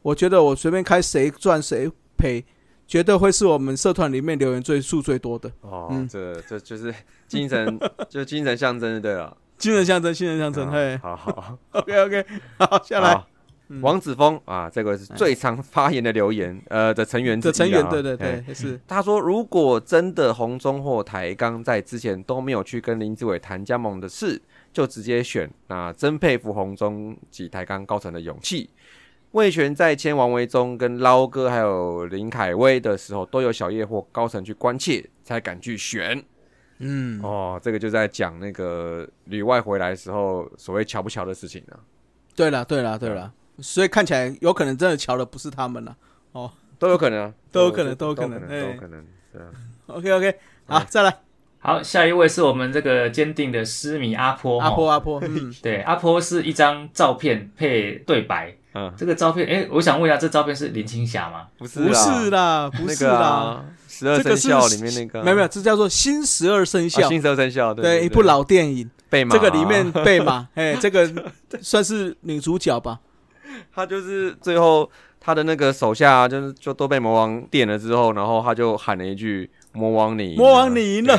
我觉得我随便开谁赚谁赔，绝对会是我们社团里面留言最数最多的。哦，嗯这这就是精神， 就是精神象征就对了。精神象征，精神象征，嘿 好好， ，OK OK，好，下来嗯哎好王子峰啊，这个是最常发言的留言，呃的成员之一的啊成员，对对。哎对，是他说，如果真的红中或台钢在之前都没有去跟林志伟谈加盟的事，就直接选，那真佩服红中及台钢高层的勇气。魏权在签王维忠、跟捞哥还有林凯威的时候，都有小叶或高层去关切，才敢去选。嗯，哦，这个就在讲那个旅外回来的时候所谓瞧不瞧的事情啊，对了对了对了，所以看起来有可能真的瞧的不是他们了。都有可能啊，都有可能都都有可能都有哎可能，对啊 OK OK，好，再来，好，下一位是我们这个坚定的狮迷阿坡。阿哦波阿波，嗯，对，阿坡是一张照片配对白。嗯这个照片，哎，我想问一下，这照片是林青霞 吗？不是不是啦，啦，不那是个啦，啊，十二这个生是肖里面那个啊，没有没有，这叫做新十二生啊肖，新十二生肖，对对，一部老电影，贝马啊，这个里面贝玛，哎，这个算是女主角 吧？他就是最后他的那个手下就是就都被魔王电了之后，然后他就喊了一句“魔王你赢了”，魔王你赢了，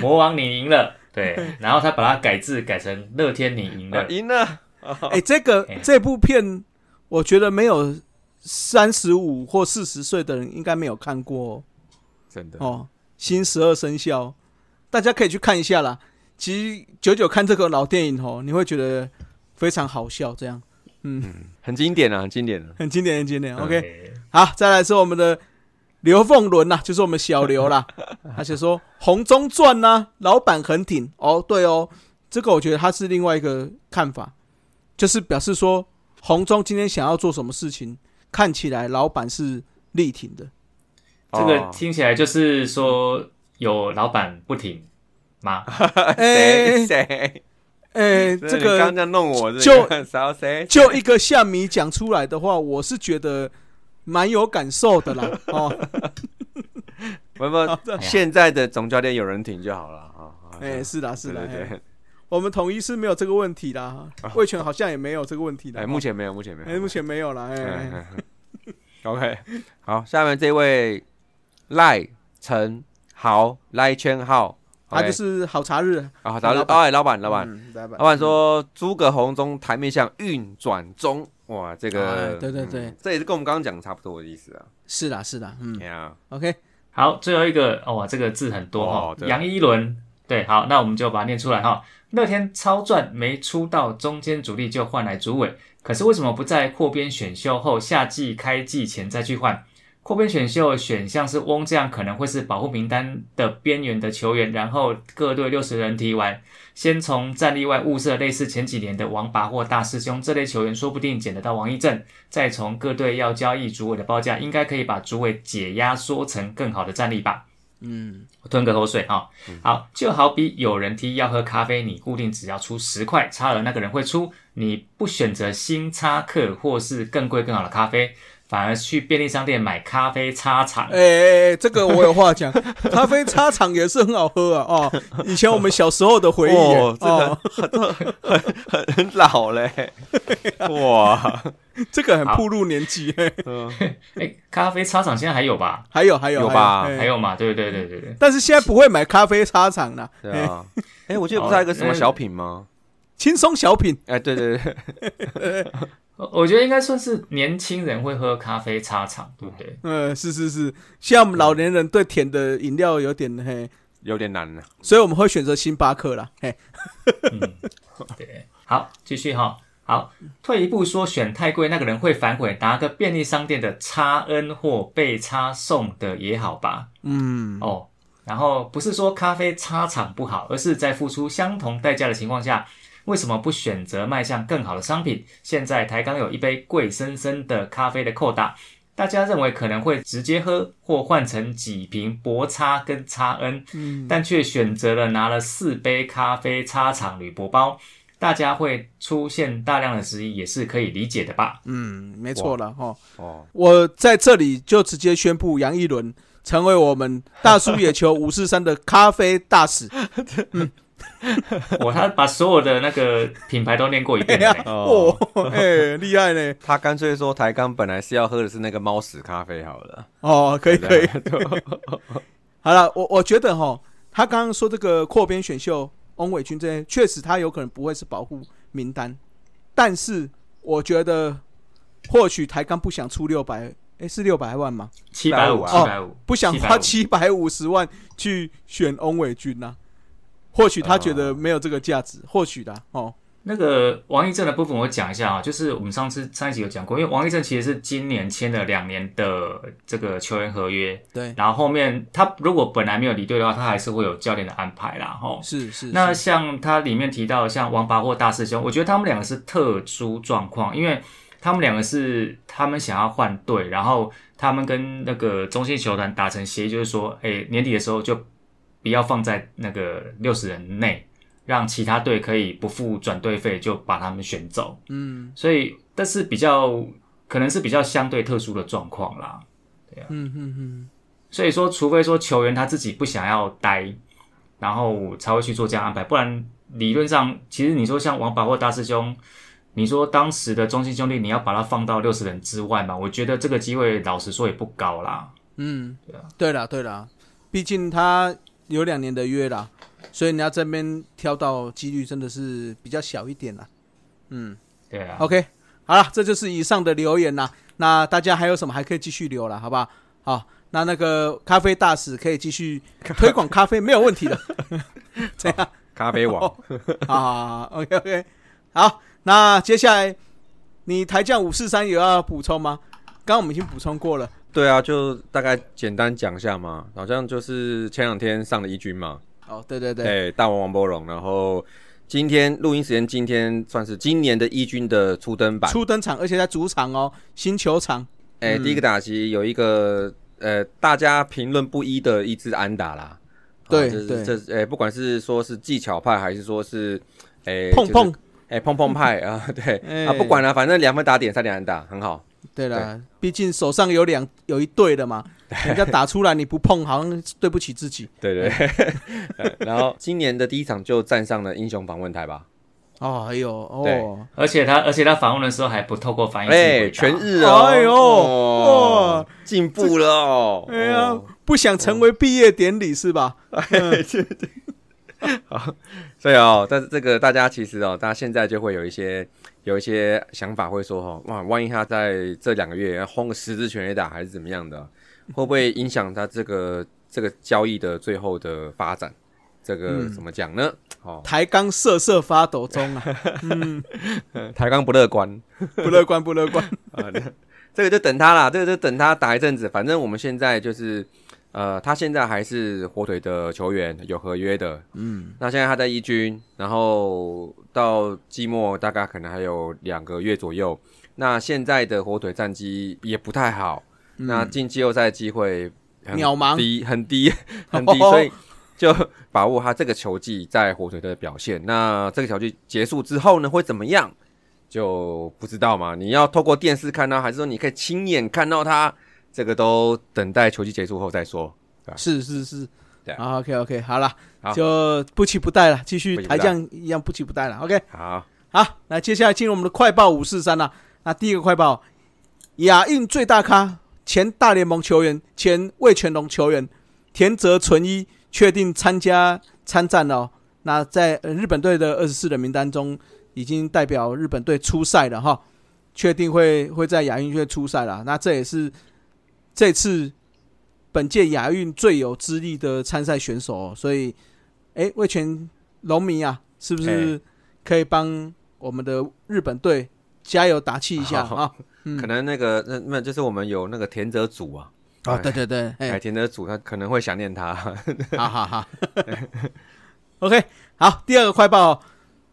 魔王你赢了，对，然后他把它改字改成乐天你赢啊了，赢了， 哎，这个哎这部片，我觉得没有三十五或四十岁的人应该没有看过真的哦哦，新十二生肖，大家可以去看一下啦。其实久久看这个老电影哦，你会觉得非常好笑，这样很经典啊，很经典啊。很经典，很经典。OK，对好，再来是我们的刘凤伦呐，就是我们小刘 啦。他写说《红中传》呐，老板很挺哦，对哦，这个我觉得他是另外一个看法，就是表示说红中今天想要做什么事情，看起来老板是力挺的。这个哦听起来就是说有老板不停吗？哎谁谁哎，真的这你刚刚个这样弄我，就 少谁就一个下迷讲出来的话，我是觉得蛮有感受的 啦。哦，不不，这现在的总教练有人挺就好了啊。啊哎，是啦，是啦，对对哎对，我们统一是没有这个问题啦，魏权好像也没有这个问题啦。哎，目前没有，目前没哎，有目。前没有啦。哎哎哎，哎 OK，好，下面这位赖陈豪赖圈浩，哎他就是好茶日，啊，老老板哎，老板，老板，嗯，老板老板说诸葛红中台面向运转中，哇，这个哎，对对对嗯这也是跟我们刚刚讲的差不多的意思啊。是啦是啦，嗯哎呀， ，OK，好，最后一个哦，哇，这个字很多哈、哦对杨一伦，对，好，那我们就把它念出来哈、乐天超赚没出到中间主力就换来主委，可是为什么不在扩编选秀后夏季开季前再去换？扩编选秀选项是翁这样可能会是保护名单的边缘的球员，然后各队六十人踢完，先从战力外物色类似前几年的王拔或大师兄这类球员，说不定捡得到王一正，再从各队要交易主委的报价，应该可以把主委解压缩成更好的战力吧。嗯，我吞个口水哈、好，就好比有人提要喝咖啡，你固定只要出十块，差额那个人会出，你不选择新差客或是更贵更好的咖啡，反而去便利商店买咖啡差厂。哎哎哎，这个我有话讲，咖 啡茶厂也是很好喝啊，哦，以前我们小时候的回忆，哦这个哦，很很老嘞， 哇，这个很暴露年纪，嘿嗯哎、咖啡差厂现在还有吧？还有还有有吧还有还嘿有嘛？对对对对对。但是现在不会买咖啡茶厂了，对啊，哎，我记得不是还有一个什么小品吗？轻松小品，哎，对对对，我我觉得应该算是年轻人会喝咖啡差厂，对不对？嗯，是是是，现在我们老年人对甜的饮料有点嘿，有点难啊了，所以我们会选择星巴克啦，嘿，嗯，对。好，继续哈、好，退一步说，选太贵那个人会反悔，拿个便利商店的差 N 或被差送的也好吧。嗯，哦，然后不是说咖啡差厂不好，而是在付出相同代价的情况下，为什么不选择迈向更好的商品？现在台钢有一杯贵生生的咖啡的扣打，大家认为可能会直接喝或换成几瓶薄差跟差 N，、但却选择了拿了四杯咖啡差厂铝箔包。大家会出现大量的质疑，也是可以理解的吧？ 嗯，没错了哦。哦，我在这里就直接宣布杨一伦成为我们大叔野球五四三的咖啡大 使。。我他把所有的那个品牌都念过一遍了呢哦，哎，厉害呢！他干脆说台钢本来是要喝的是那个猫屎咖啡好了，哦，可以可对以。 好了，我我觉得哈，他刚刚说这个扩编选秀，翁伟军这些确实他有可能不会是保护名单，但是我觉得或许台钢不想出六百，哎，是六百万吗？七百五，七百五，哦不想花七百五十万去选翁伟军呐、或许他觉得没有这个价值，或许的哦。那个王一正的部分，我讲一下啊，就是我们上次上一集有讲过，因为王一正其实是今年签了两年的这个球员合约，对，然后后面他如果本来没有离队的话，他还是会有教练的安排啦，吼。是是，那是像他里面提到的像王八或大师兄，我觉得他们两个是特殊状况，因为他们两个是他们想要换队，然后他们跟那个中信球团达成协议，就是说，哎，年底的时候就不要放在那个六十人内，让其他队可以不付转队费就把他们选走。嗯所以，但是比较可能是比较相对特殊的状况啦。嗯嗯嗯，所以说，除非说球员他自己不想要待，然后才会去做这样安排，不然理论上，其实你说像王宝或大师兄，你说当时的中心兄弟，你要把他放到六十人之外嘛，我觉得这个机会老实说也不高啦。嗯，对了对了，毕竟他有两年的约啦，所以你要这边挑到几率真的是比较小一点啦。嗯对啊， ，OK，好了，这就是以上的留言啦。那大家还有什么还可以继续留了，好不好？好，那那个咖啡大使可以继 续推广咖啡，没有问题 的。怎样？咖啡 王， 啊，OK OK，好，那接下来你台将五四三有要补充吗？刚刚我们已经补充过了，对啊，就大概简单讲一下嘛，好像就是前两天上的一军嘛，哦，对对对，对，哎大王王波龙，然后今天录音时间，今天算是今年的一军的初登版。初嗯登场，而且在主场哦，新球场，哎、第一个打击有一个呃，大家评论不一的一支安打啦。对啊这对是这是哎、不管是说是技巧派还是说是哎、碰碰就是，哎、碰碰派啊， 对哎啊，不管了、反正两分打点，三点安打，很好。对了，毕竟手上有两有一对的嘛，人家打出来你不碰，好像对不起自己对对 呃然后今年的第一场就站上了英雄访问台吧，哦，哎呦哦对，而且他，而且他访问的时候还不透过翻译哎、机回答全日哦，哎呦哦哇进、步了哦，哎呀哦，不想成为毕业典礼是吧？所以哦，但是这个大家其实哦，大家现在就会有一些有一些想法，会说哦，哇，万一他在这两个月轰个十支全垒打还是怎么样的，会不会影响他这个这个交易的最后的发展？这个怎么讲呢？哦，抬杠瑟瑟发抖中 啊，嗯，抬呃杠不乐观不乐观，不乐观。啊，这个就等他啦，这个就等他打一阵子。反正我们现在就是，呃，他现在还是火腿的球员，有合约的。嗯，那现在他在一军，然后到季末大概可能还有两个月左右。那现在的火腿战绩也不太好，那进季后赛机会很嗯渺茫低很低 很低，所以就把握他这个球季在火腿队的表现。那这个球季结束之后呢，会怎么样？就不知道嘛。你要透过电视看啊到，还是说你可以亲眼看到他？这个都等待球季结束后再说。是是是对，啊好 OK OK，好了好，就不期不待了，继续不期不抬待降一样不期不待了。OK，好，好，那接下来进入我们的快报五四三了。那第一个快报，亚运最大咖前大联盟球员、前味全龙球员田泽纯一确定参加参战了哦。那在、呃、日本队的二十四人名单中，已经代表日本队出赛了哈，确定会会在亚运会出赛了。那这也是这次本届亚运最有资历的参赛选手、哦，所以，哎，味全龙迷啊，是不是可以帮我们的日本队加油打气一下好啊？嗯可能那个那那就是我们有那个田泽组啊，啊，对对对，哎哎，，田泽组他可能会想念他。哈哈哈。OK，好，第二个快报、哦，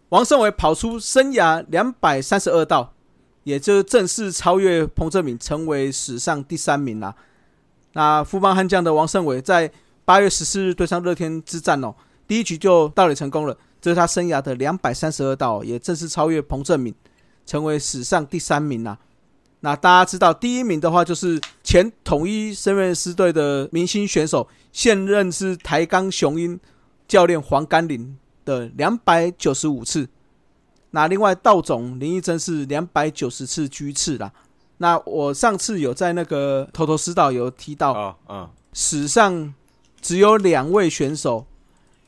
王胜伟跑出生涯两百三十二道，也就正式超越彭正敏，成为史上第三名啦。那富邦悍将的王胜伟在八月十四日对上乐天之战哦，第一局就盗垒成功了，这是他生涯的两百三十二道哦、也正式超越彭正敏，成为史上第三名啦。那大家知道，第一名的话就是前统一深瑞师队的明星选手现任是台钢雄鹰教练黄甘霖的两百九十五次。那另外道总林义珍是两百九十次居次啦。那我上次有在那个头头是道有提到，哦，嗯，史上只有两位选手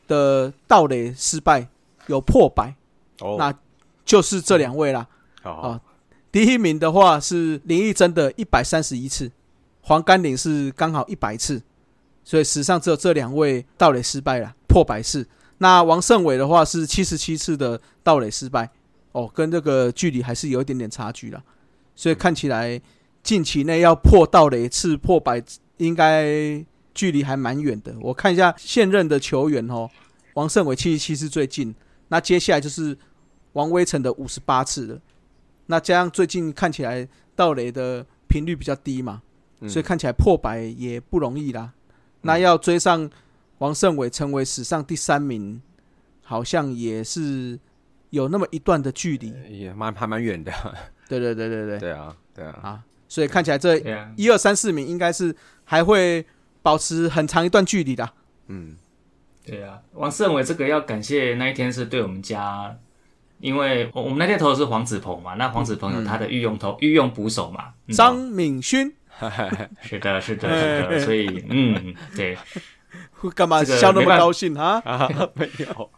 的盗垒失败有破百，哦，那就是这两位啦。好，哦第一名的话是林义珍的一百三十一次，黄甘霖是刚好一百次，所以史上只有这两位盗垒失败了，破百次。那王胜伟的话是七十七次的盗垒失败，哦，跟这个距离还是有一点点差距了，所以看起来近期内要破盗垒次破百，应该距离还蛮远的。我看一下现任的球员哦，王胜伟七十七次最近，那接下来就是王威成的五十八次了。那加上最近看起来盗垒的频率比较低嘛，嗯所以看起来破百也不容易啦。那要追上王胜伟成为史上第三名，好像也是有那么一段的距离。 也蛮还蛮远的。对对对对对，对啊，对啊，啊，所以看起来这对啊，一二三四名应该是还会保持很长一段距离的。嗯，对啊，王胜伟这个要感谢那一天是对我们家，因为我我们那天投的是黄子鹏嘛，那黄子鹏有他的御用投、御用捕手嘛，嗯张敏勋是的，是的，哎 是的，所以嗯，对，会干嘛这个笑那没么办法高兴啊？啊，没有，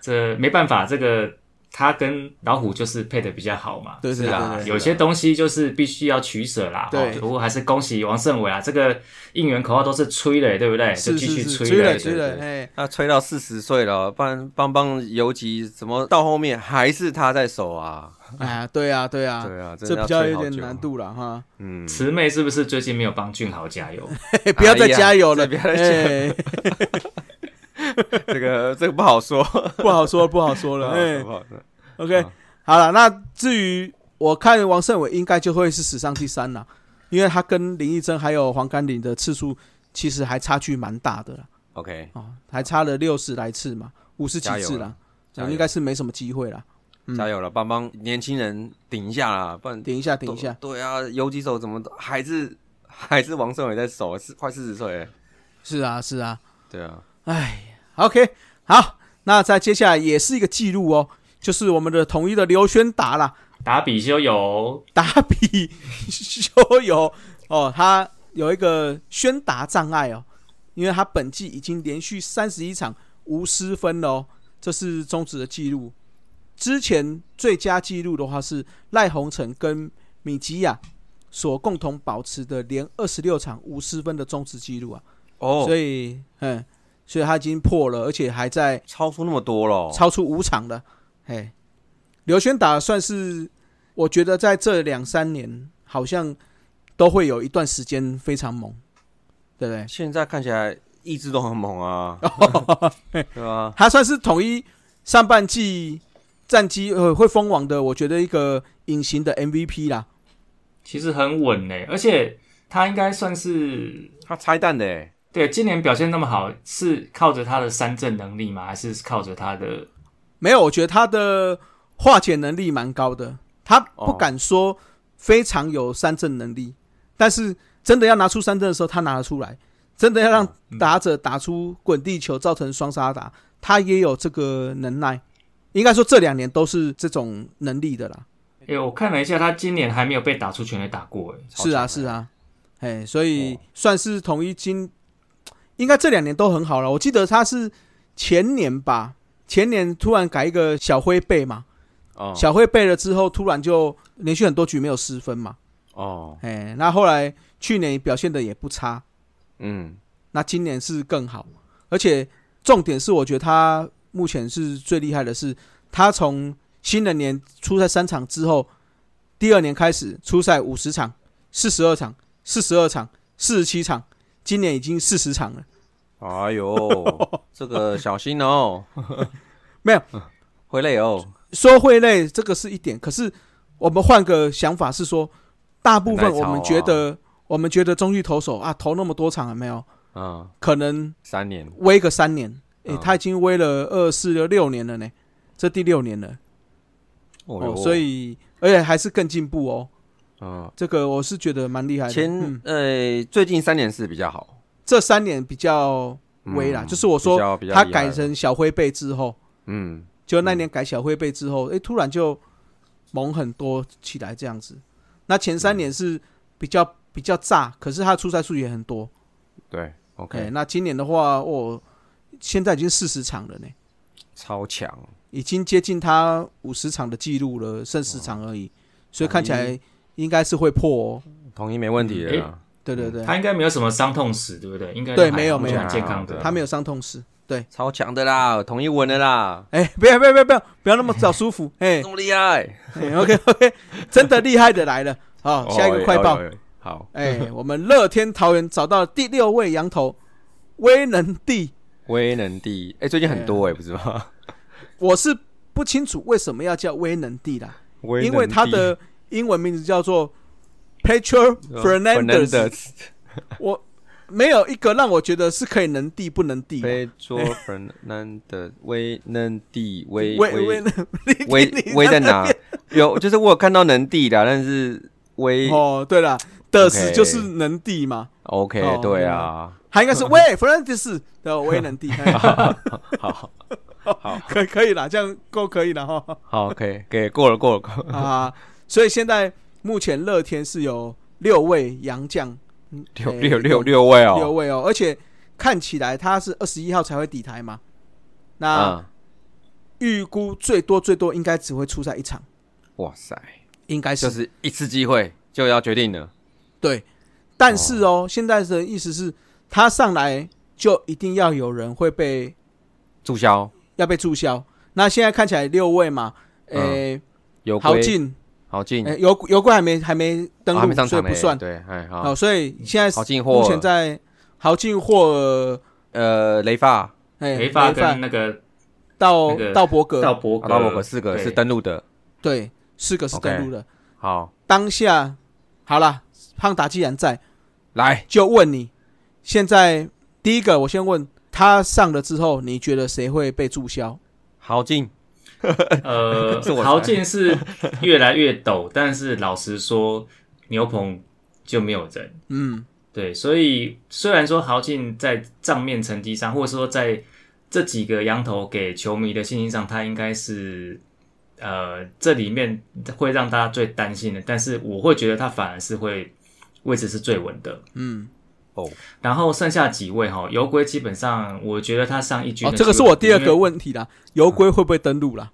这没办法，这个他跟老虎就是配的比较好嘛，对是对啊对，对有些东西就是必须要取舍啦。对哦不过还是恭喜王胜伟啊，这个应援口号都是吹嘞，对不对？哎就是继续是是，吹追嘞，了追对了对，对哎，那吹到四十岁了，不然邦邦游击怎么到后面还是他在守啊？哎呀，对啊对啊，对啊，真这的比要较吹有好点久难。度了 哈。嗯，慈妹是不是最近没有帮俊豪加油？嘿不要再哎呀加油了，这不要再加哎这个 这个不好说， 不好说，不好说不了。 好哎说不好说。 ，OK，好好了，那至于我看王胜伟应该就会是史上第三了，因为他跟林义珍还有黄甘霖的次数其实还差距蛮大的了 OK，啊、还差了六十来次嘛，五十几加油次了啦，加我油应该是没什么机会了。嗯加油了，邦邦，年轻人顶一下啦，不然顶一下，顶都一下，对啊，游击手怎么都还是还是王胜伟在守，是快四十岁了。是啊，是啊，对啊，哎，OK，好，那再接下来也是一个记录哦，就是我们的统一的刘轩达啦，打比修有达比修友 哦，他有一个宣达障碍哦，因为他本季已经连续三十一场无失分了哦，这是中职的记录。之前最佳记录的话是赖鸿成跟米吉亚所共同保持的连二十六场无失分的中职记录啊，哦所，以嗯，所以他已经破了，而且还在超出那么多了，哦超出五场的。嘿，刘轩打算是，我觉得在这两三年好像都会有一段时间非常猛，对不对？现在看起来意志都很 猛啊，哦对啊吧？他算是统一上半季战绩呃会封王的，我觉得一个隐形的 MVP 啦。其实很稳呢，而且他应该算是他拆弹的欸，对今年表现那么好，是靠着他的三振能力吗？还是靠着他的没有，我觉得他的化解能力蛮高的，他不敢说非常有三振能力，但是真的要拿出三振的时候，他拿得出来；真的要哦让嗯打者打出滚地球造成双杀打，他也有这个能耐。应该说这两年都是这种能力的啦。哎、我看了一下，他今年还没有被打出全垒打过，哎，超是啊，强是的，啊，哎，所以算是统一金，应该这两年都很好了。我记得他是前年吧，前年突然改一个小灰背嘛，哦小慧背了之后，突然就连续很多局没有失分嘛，哦，哎，那后来去年表现的也不差，嗯，那今年是更好，而且重点是，我觉得他目前是最厉害的是，他从新人年初赛三场之后，第二年开始初赛五十场、四十二场、四十二场、四十七场，今年已经四十场了。哎呦，这 个小心哦，没有会累哦，说会累，这个是一点。可是我们换个想法是说，大部分很耐我操啊们觉得，我们觉得中继投手啊，投那么多场了没有？嗯，可能三年，威个三年，诶、嗯他已经威了二四六六年了呢，这第六年了哦哦，呦所，以而且还是更进步哦。嗯，这个我是觉得蛮厉害的。前嗯、呃最近三年是比较好，这三年比较威啦，嗯就是我说比较比较他厉害改了成小灰背之后，嗯，就那年改小灰背之后，哎、突然就猛很多起来这样子。那前三年是比较、嗯比较炸，可是他出赛数也很多。对哎、 ，OK，那今年的话，哦，现在已经四十场了呢，超强，已经接近他五十场的记录了，剩十场而哦已，所以看起来应该是会破哦。同意没问题的啦，对对对，他应该没有什么伤痛史，对不对？应该对还没有目前没还有健康的。啊他没有伤痛史。超强的啦，同意稳的啦，哎、不要不要不要不要不要那么早舒 服，哎、这么厉害， OK OK，真的厉害的来了，好，下一哦个快，报哎，哎哎好，哎、我们乐天桃园找到了第六位羊头威能帝，威能帝，哎，最近很多哎，不是吗？我是不清楚为什么要叫威能帝啦，威 能因帝为他的英文名字叫做 Petro 呃 Fernandez，啊 Fernandez 我没有一个让我觉得是可以能帝不能帝的。非洲 Fernandez 威能地威威威能威你威在哪？有就是我有看到能地的，但是 威哦，对了的是 OK 就是能帝嘛， OK 哦对啊，他应该是喂 Fernandez 的威能帝，哎 好 可可以啦，这样够可以了哈。好 OK 给过了过了过 了，啊，所以现在目前乐天是有六位洋将，嗯六诶六六六六位六哦，位哦，而且看起来他是二十一号才会底台嘛，那啊预估最多最多应该只会出赛一场，哇塞，应该是、就是一次机会就要决定了，对，但是哦，现在的意思是他上来就一定要有人会被注销要被注销，那现在看起来六位嘛，诶、嗯有豪归进，好进，诶、油油贵还没还没登陆，哦还没上所以场呢不算。对，哎好，好，所以现在豪进目货前在豪进或呃雷发哎雷法发跟那个到那个到伯格道伯格，阿拉啊伯格四个对是登陆的，对四个是 OK 登陆的。好当下好了，胖达既然在，来就问你，现在第一个我先问他上了之后，你觉得谁会被注销？好进呃 是我，猜豪进是越来越陡，但是老实说，牛棚就没有人。嗯，对，所以虽然说豪进在账面成绩上，或者说在这几个羊头给球迷的信心上，他应该是呃这里面会让大家最担心的，但是我会觉得他反而是会位置是最稳的。嗯哦然后剩下几位哈，油龟基本上我觉得他上一军哦，的这个机是会我第二因个为问题啦，游龟会不会登陆啦？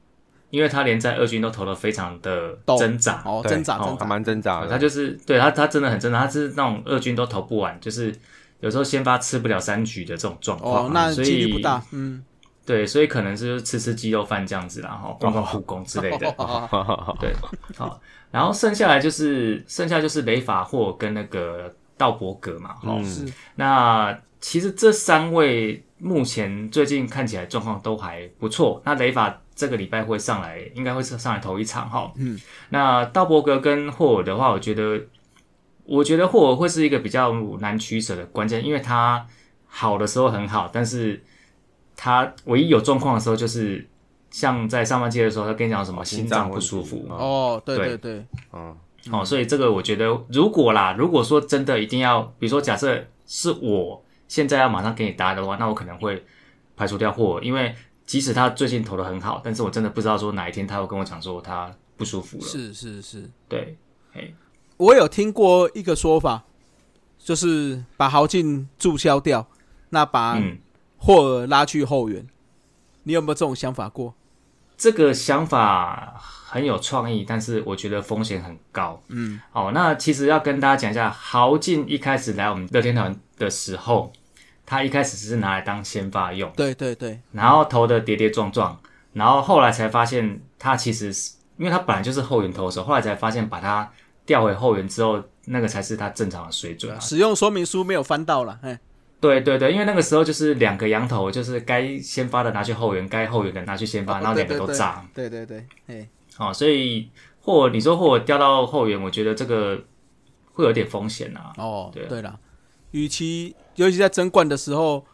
因为他连在二军都投的非常的懂挣扎，哦，对挣扎哦挣还扎， 蛮挣扎的，他就是对他他真的很挣扎，他是那种二军都投不完，就是有时候先发吃不了三局的这种状况、啊哦，那所几率以不大，嗯，对，所以可能是吃吃鸡肉饭这样子啦，然后逛逛故宫之类的。 哦哦对，好，然后剩下来就是剩下就是雷法霍跟那个道伯格嘛，哈、哦是那其实这三位目前最近看起来状况都还不错。那雷法这个礼拜会上来，应该会上来头一场哈。嗯，那道伯格跟霍尔的话，我觉得，我觉得霍尔会是一个比较难取舍的关键，因为他好的时候很好，但是他唯一有状况的时候就是。像在上半季的时候，他跟你讲什么心脏不舒服，哦，对对对对，嗯，哦，所以这个我觉得，如果啦，如果说真的一定要，比如说假设是我现在要马上给你答的话，那我可能会排除掉霍尔，因为即使他最近投的很好，但是我真的不知道说哪一天他会跟我讲说他不舒服了。，是是是，对，嘿，我有听过一个说法，就是把豪进注销掉，那把嗯，霍尔拉去后援，你有没有这种想法哦过？这个想法很有创意，但是我觉得风险很高。嗯，哦，那其实要跟大家讲一下，豪进一开始来我们乐天团的时候，他一开始是拿来当先发用。对对对，然后投的跌跌撞撞，然后后来才发现他其实是因为他本来就是后援投手，后来才发现把他调回后援之后，那个才是他正常的水准啊。使用说明书没有翻到了，哎，对对对，因为那个时候就是两个羊头，就是该先发的拿去后援，该后援的拿去先发，然后哦对两个都对炸。对对对，哎，哦，所以或你说或调到后援，我觉得这个会有点风险啊。哦，对啊对了，与其尤其在争冠的时候，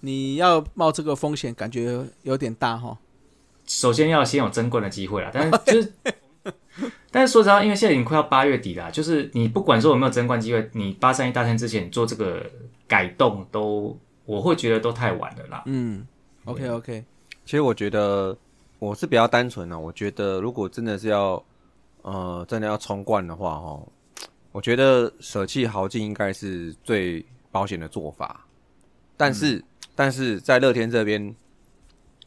你要冒这个风险，感觉有点大哈。首先要先有争冠的机会啦，但是就是，但是说实话，因为现在已经快要八月底啦，啊就是你不管说有没有争冠机会，你八三一大战之前你做这个改动都，我会觉得都太晚了啦。嗯，OK OK，其实我觉得我是比较单纯的、啊我觉得如果真的是要呃真的要冲冠的话，哦，我觉得舍弃豪进应该是最保险的做法。但是、但是在乐天这边，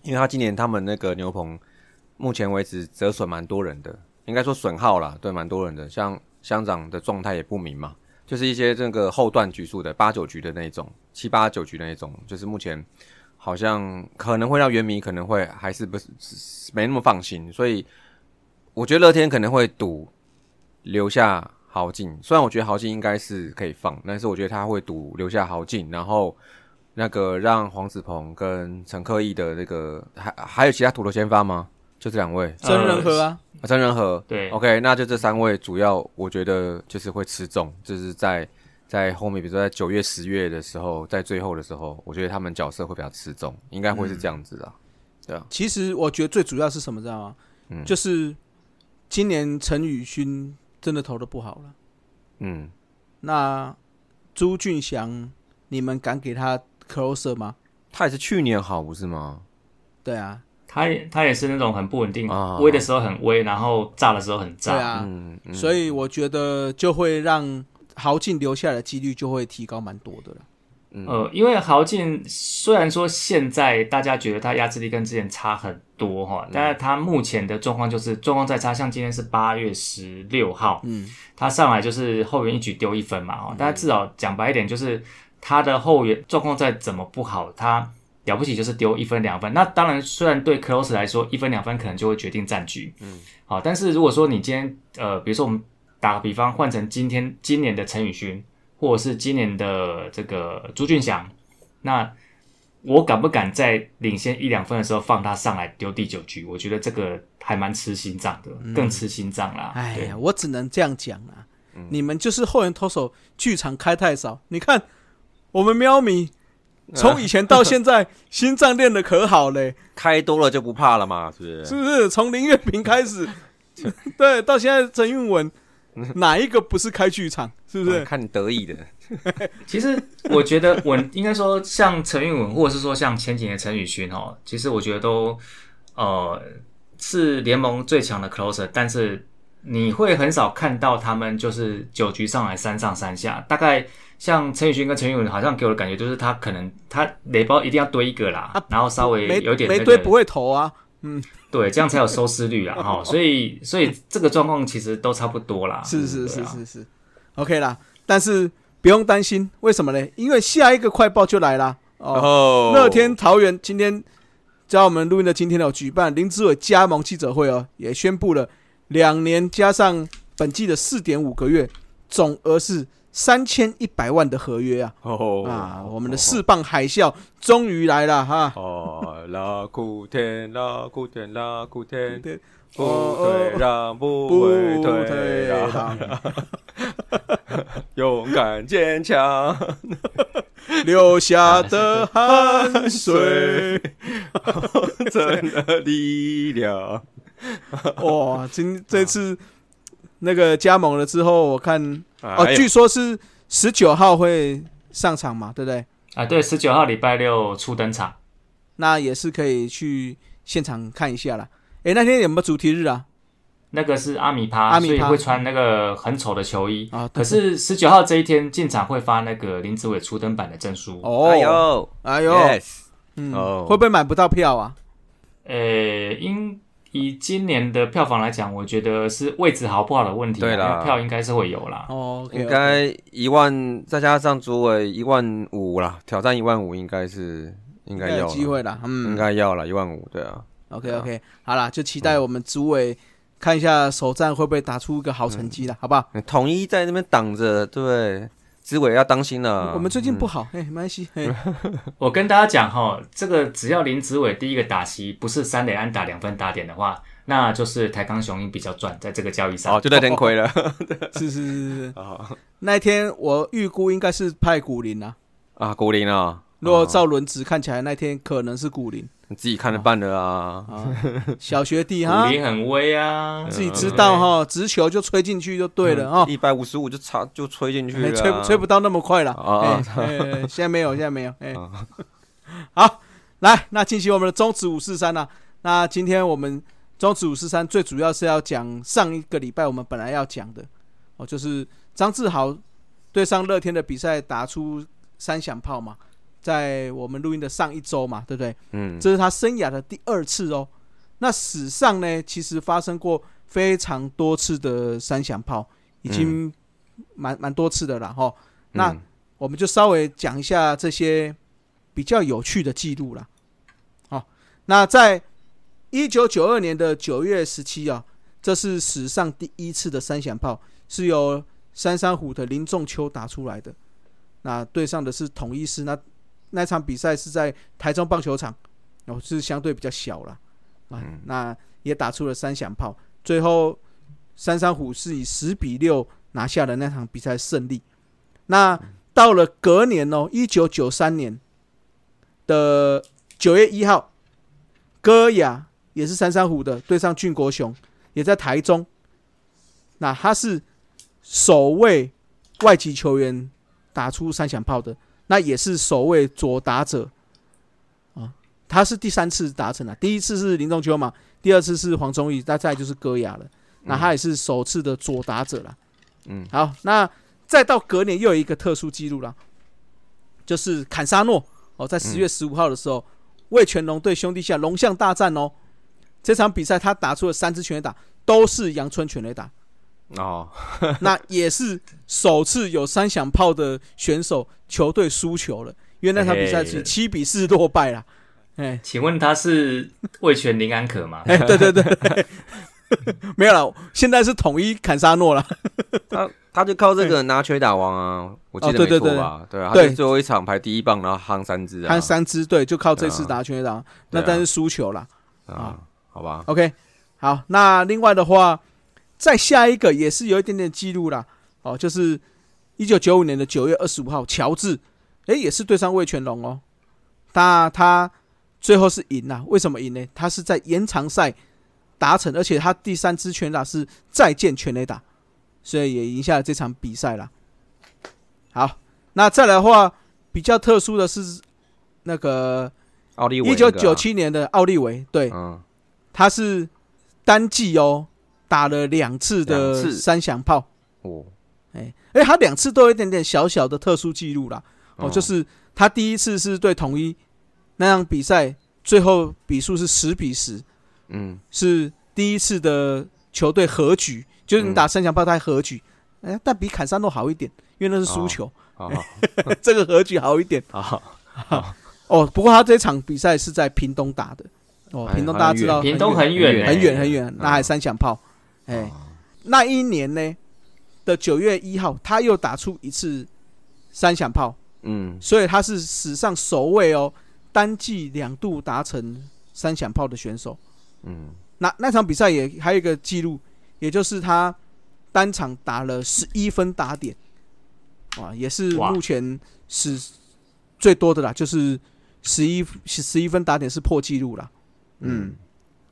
因为他今年他们那个牛棚目前为止折损蛮多人的，应该说损耗啦，对，蛮多人的。像乡长的状态也不明嘛，就是一些这个后段局数的八九局的那一种，七八九局的那一种，就是目前好像可能会让原迷可能会还是不是是没那么放心，所以我觉得乐天可能会赌留下豪进，虽然我觉得豪进应该是可以放，但是我觉得他会赌留下豪进，然后那个让黄子鹏跟陈克义的那个还还有其他土头先发吗？就这两位，呃真人和啊，啊，三人和对，OK，那就这三位主要，我觉得就是会吃重，就是在在后面，比如说在九月、十月的时候，在最后的时候，我觉得他们角色会比较吃重，应该会是这样子的。其实我觉得最主要是什么，知道吗？嗯就是今年陈宇勋真的投的不好了。嗯，那朱俊祥，你们敢给他 closer 吗？他也是去年好不是吗？对啊，他也他也是那种很不稳定，啊威的时候很威，然后炸的时候很对炸。啊，嗯，嗯所以我觉得就会让豪进留下来的几率就会提高蛮多的了。呃，因为豪进虽然说现在大家觉得他压制力跟之前差很多哈，但是他目前的状况就是状况再差，像今天是八月十六号，嗯，他上来就是后援一举丢一分嘛，哦，但至少讲白一点，就是他的后援状况再怎么不好，他了不起就是丢一分两分。那当然，虽然对 close 来说，一分两分可能就会决定战局，嗯，好，但是如果说你今天呃，比如说我们打个比方，换成今天今年的陈宇勋，或者是今年的这个呃朱俊祥，那我敢不敢在领先一两分的时候放他上来丢第九局？我觉得这个还蛮吃心脏的，更吃心脏啦。嗯哎啊对嗯呀，我只能这样讲啊。你们就是后援投手剧场开太少，你看我们喵米嗯从以前到现在心脏练的可 好嘞，开多了就不怕了嘛，是不是是？不是？从林月平 开始，对，到现在陈韵文，哪一个不是开剧场？是不啊是？ 看你得意的，其实我觉得稳，应该说像陈韵文，或者是说像前几年陈宇勋哦，其实我觉得都呃是联盟最强的 closer，但是你会很少看到他们就是九局上来三上三下，大概。像陈宇勋跟陈韵文，好像给我的感觉就是他可能他垒包一定要堆一个啦，然后稍微没有点、那啊没个、堆不会投啊，对，这样才有收视率 啦哈。所以所以这个状况其实都差不多啦。是是啊对是啊是是，OK 啦。但是不用担心，为什么呢？因为下一个快报就来啦。然哦，后乐天桃园今天在我们录音的今天哦，举办林志伟加盟记者会哦，也宣布了两年加上本季的四点五个月，总额是三千一百万的合约啊哦啊！我们的四棒海啸终于来了哈！哦，拉酷天，拉酷天，拉酷天，对不退让，不不会退退让，啊让，勇敢坚 强。 留下的汗水。真的力量。 哇，今这次啊那个加盟了之后，我看哦哎，呀据说是十九号会上场嘛，对不对？啊，对，十九号礼拜六初登场，那也是可以去现场看一下啦。诶，那天有没有主题日啊？那个是阿米趴，阿米所以趴会穿那个很丑的球衣。啊，可对是十九号这一天进场会发那个林志伟初登版的证书，哦，哎呦，哎呦， ，yes，嗯，哦会不会买不到票啊？呃，因以今年的票房来讲，我觉得是位置好不好的问题啊，对啦因为票应该是会有啦。哦，OK，OK，应该一万，再加上主委一万五啦，挑战一万五应该是应该应该要有啦机，会啦。嗯，应该要了，一万五，对啊， OK OK，好啦，就期待我们组委看一下首战会不会打出一个好成绩啦，好不好？你统一在那边挡着，对不对？执委要当心了，我们最近不嗯好，哎，没关系，嘿，我跟大家讲哈，这个只要林子伟第一个打席不是三垒安打两分打点的话，那就是台钢雄鹰比较赚，在这个交易上。哦，就在天亏了 是是是是是。哦那一天我预估应该是派古林啊，啊，古林啊，如果哦照轮值看起来，那天可能是古林你自己看着办的啊，啊，小学弟哈武，林很威啊，自己知道哈，直球就吹进去就对了啊，一百五十五就插就吹进去啊哎了， 吹不吹不到那么快了，啊哎，哎哎现在没 有，现在没有，哎，好，来，那进行我们的中指五四三啦。那今天我们中指五四三最主要是要讲上一个礼拜我们本来要讲的哦，就是张志豪对上乐天的比赛打出三响炮嘛，在我们录音的上一周嘛，对不对？嗯，这是他生涯的第二次哦。那史上呢，其实发生过非常多次的三响炮，已经蛮蛮多次的了哈。那嗯我们就稍微讲一下这些比较有趣的记录啦。好、那在一九九二年的九月十七啊，这是史上第一次的三响炮，是由三山虎的林仲秋打出来的。那对上的是统一师，那那场比赛是在台中棒球场，哦，是相对比较小了啊。那也打出了三响炮，最后三山虎是以十比六拿下了那场比赛胜利。那到了隔年哦，一九九三年的九月一号，戈雅也是三山虎的，对上俊国雄，也在台中。那他是首位外籍球员打出三响炮的，那也是首位左打者啊，他是第三次达成了，啊第一次是林仲秋嘛，第二次是黄忠义，那再来就是戈雅了。那他也是首次的左打者了。嗯，好，那再到隔年又有一个特殊记录啦，就是坎沙诺哦，在十月十五号的时候，魏全龙对兄弟下龙象大战哦，这场比赛他打出了三支全垒打，都是阳春全垒打，哦，那也是首次有三响炮的选手球队输球了，因为那场比赛是哎七比四落败啦。哎、请问他是魏全林安可吗？ 哎、对对对， 没有了，现在是统一坎沙诺了。他他就靠这个拿全垒打王啊，我记哦得对没对错对吧？对啊，他对就最后一场排第一棒，然后夯三支啊，他三支队就靠这次对啊打全垒打，那对啊但是输球啦。啊，好吧， OK，好，那另外的话，再下一个也是有一点点记录啦，哦，就是一九九五年的九月二十五号，乔治，诶，也是对上魏全龙哦，那他最后是赢了，为什么赢呢？他是在延长赛达成，而且他第三支全垒打是再见全垒打，所以也赢下了这场比赛啦。好，那再来的话，比较特殊的是那个奥利维一那个九啊九，七年的奥利维，对，嗯，他是单季哦，打了两次两的次三响炮，哦，哎，他两次都有一点点小小的特殊记录啦。哦，就是他第一次是对统一那场比赛，最后比数是十比十，嗯嗯是第一次的球队和局，就是你打三响炮他还和局，哎，但比砍山肉好一点，因为那是输哦球，好好 这个和局好一 点。好好， 哦，不过他这场比赛是在屏东打的，哦，哎屏东大家知道，很屏东很很远远欸，很远很远，那还三响炮，哎、那一年呢的九月一号，他又打出一次三响炮，嗯，所以他是史上首位哦单季两度达成三响炮的选手。嗯，那那场比赛也还有一个记录，也就是他单场打了十一分打点，哇，也是哇目前史最多的啦，就是十一十一分打点是破纪录啦。嗯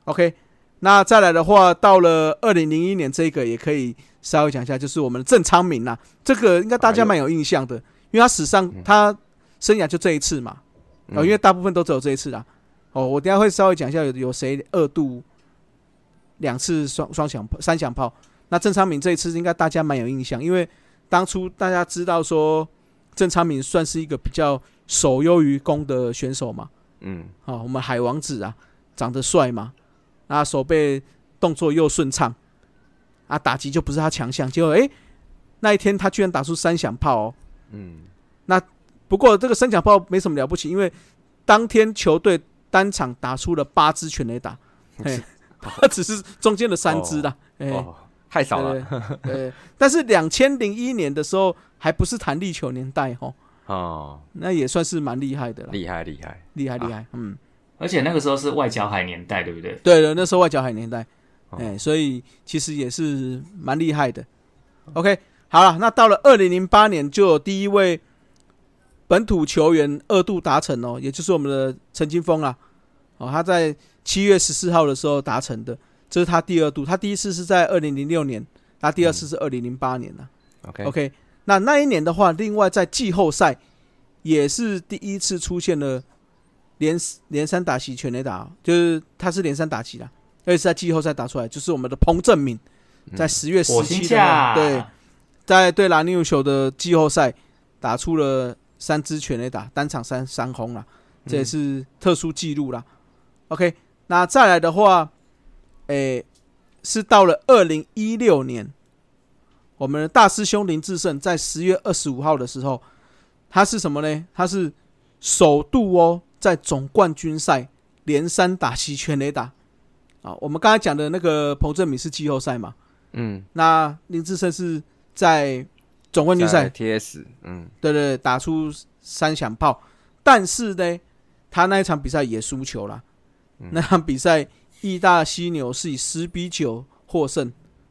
o k 那再来的话，到了二零零一年这个也可以稍微讲一下，就是我们的郑昌明啦，这个应该大家蛮有印象的，因为他史上他生涯就这一次嘛，嗯哦，因为大部分都只有这一次啦。哦，我等一下会稍微讲一下有有谁二度两次双双响炮三响炮。那郑昌明这一次应该大家蛮有印象，因为当初大家知道说郑昌明算是一个比较守优于攻的选手嘛。嗯哦，我们海王子啊，长得帅嘛，啊，手背动作又顺畅，啊，打击就不是他强项。结果诶，那一天他居然打出三响炮哦，嗯不过这个三响炮没什么了不起，因为当天球队单场打出了八支全垒 打，嘿他只是中间的三支啦，哎、哦，太少了对。对对但是两千零一年的时候还不是弹力球年代哦，哦，那也算是蛮厉害的了，厉啊害厉害，厉害厉害，嗯，而且那个时候是外交海年代，对不对？对的，那时候外角海年代，哎、哦所以其实也是蛮厉害的。OK，好了，那到了二零零八年，就有第一位本土球员二度达成哦，也就是我们的陈金峰啊，哦，他在七月十四号的时候达成的，这是他第二度，他第一次是在二零零六年，他第二次是二零零八年啊。 OK OK，那那一年的话，另外在季后赛也是第一次出现了连连三打席全垒打，哦就是他是连三打席啦，而且是在季后赛打出来，就是我们的彭正敏在十月十火星七的那啊架，个、对，在对拉尼乌球的季后赛打出了三支全垒打，单场三三轰啦，这也是特殊记录啦。OK，那再来的话，诶、是到了二零一六年，我们的大师兄林志胜在十月二十五号的时候，他是什么呢？他是首度哦，在总冠军赛连三打席全垒打。啊，我们刚才讲的那个彭正敏是季后赛嘛？嗯，那林志胜是在总冠军赛， TS，嗯对对对，打出三响炮，但是呢，他那一场比赛也输球了。那场比赛，义大犀牛是以十比九获胜啊、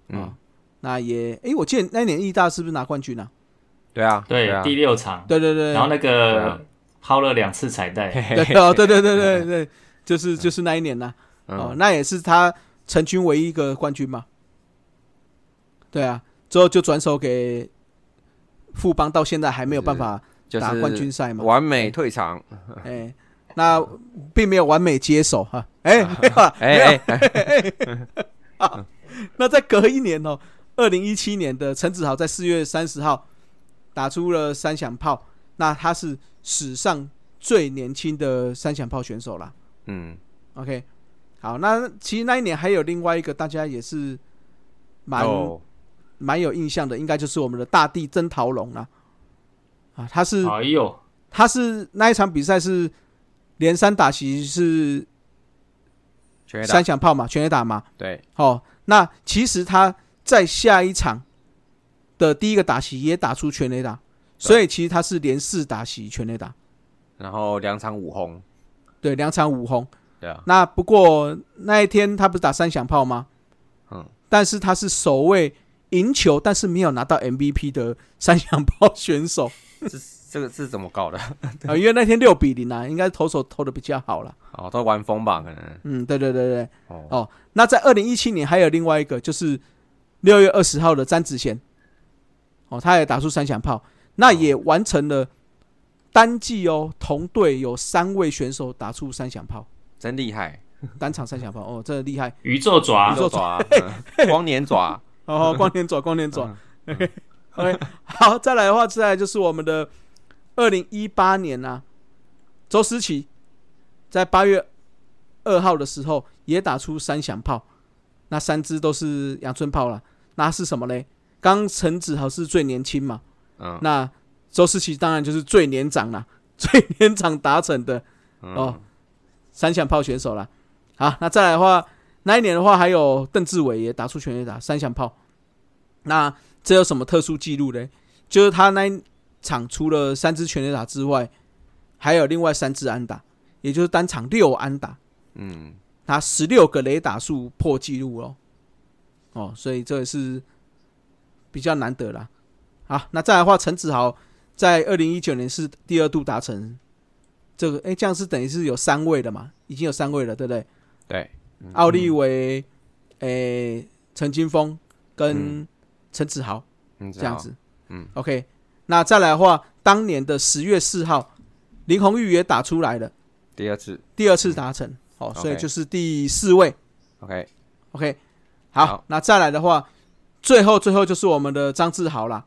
嗯，那也，诶，我记得那年义大是不是拿冠军啊？对啊，对啊，第六场，对对对，嗯然后那对啊个抛了两次彩带， 对哦，对对对对对，就是就是那一年呐、哦，嗯那也是他成军唯一一个冠军嘛。对啊，之后就转手给富邦，到现在还没有办法就是打冠军赛嘛。完美退场，哎、那并没有完美接手哈。哎、 没有啊，没有哎 哎，那在隔一年哦，二零一七年的陈子豪在四月三十号打出了三响炮，那他是史上最年轻的三响炮选手啦。嗯 OK，好，那其实那一年还有另外一个大家也是蛮哦蛮、有印象的，应该就是我们的大地真桃龙啦。啊，他是哎呦，他是那一场比赛是连三打席是全垒打三响炮嘛，全垒打嘛，对，哦，那其实他在下一场的第一个打席也打出全垒打，所以其实他是连四打席全垒打，然后两场五轰，对，两场五轰。对啊，那不过那一天他不是打三响炮吗？嗯，但是他是首位赢球但是没有拿到 MVP 的三响炮选 手这这个是怎么搞的？啊、因为那天六比零啊，应该投手投的比较好了。哦，都玩疯吧，可能嗯，对对对对。哦，哦，那在二零一七年还有另外一个，就是六月二十号的詹子贤，哦，他也打出三响炮，那也完成了单季哦，同队有三位选手打出三响炮，真厉害，单场三响炮，哦，真的厉害宇宙爪啊宇，宙爪，嗯 光年爪，哦，光年爪，光年嗯爪。OK，好，再来的话，再来就是我们的二零一八年啊，周思琪在八月二号的时候也打出三响炮，那三支都是阳春炮了。那是什么嘞？刚陈子豪是最年轻嘛，嗯那周思齐当然就是最年长啦， 最年长达成的嗯哦，三响炮选手啦。好，那再来的话，那一年的话，还有邓志伟也打出全垒打三响炮。那这有什么特殊记录嘞？就是他那一场除了三支全垒打之外，还有另外三支安打，也就是单场六安打。嗯，他十六个雷打数破纪录哦，哦，所以这也是比较难得啦。好，那再来的话，陈子豪在二零一九年是第二度达成这个，哎、这样是等于是有三位了嘛，已经有三位了，对不对？对，奥利维、诶、陈金峰跟陈子豪、嗯这样，子，嗯，OK。那再来的话，当年的十月四号，林红玉也打出来了，第二次第二次达成，哦，嗯 OK 所以就是第四位。 ，OK， OK，好，好那再来的话，最后最后就是我们的张志豪啦。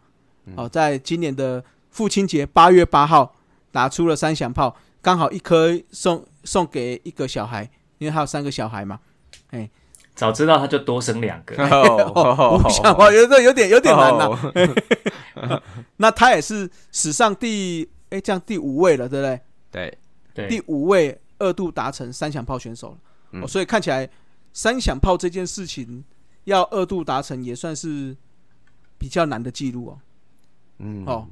嗯哦，在今年的父亲节八月八号打出了三响炮，刚好一颗送送给一个小孩，因为他有三个小孩嘛。早知道他就多生两个。哦，五响炮，有这有点有点难呐、哦那他也是史上第哎这样第五位了，对不对？对，对第，五位二度达成三响炮选手了、嗯哦，所以看起来三响炮这件事情要二度达成也算是比较难的记录哦。嗯，哦，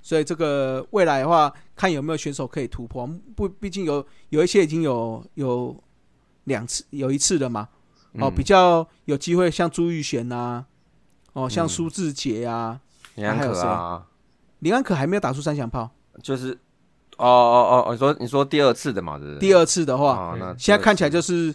所以这个未来的话，看有没有选手可以突破。不，毕竟有有一些已经有有两次有一次了嘛。哦，嗯比较有机会，像朱玉璇啊，哦，像嗯苏志杰啊，你安可啊，林安可还没有打出三响炮。就是，哦哦哦，你说你说第二次的嘛，对不对？第二次的话，哦，那现在看起来就是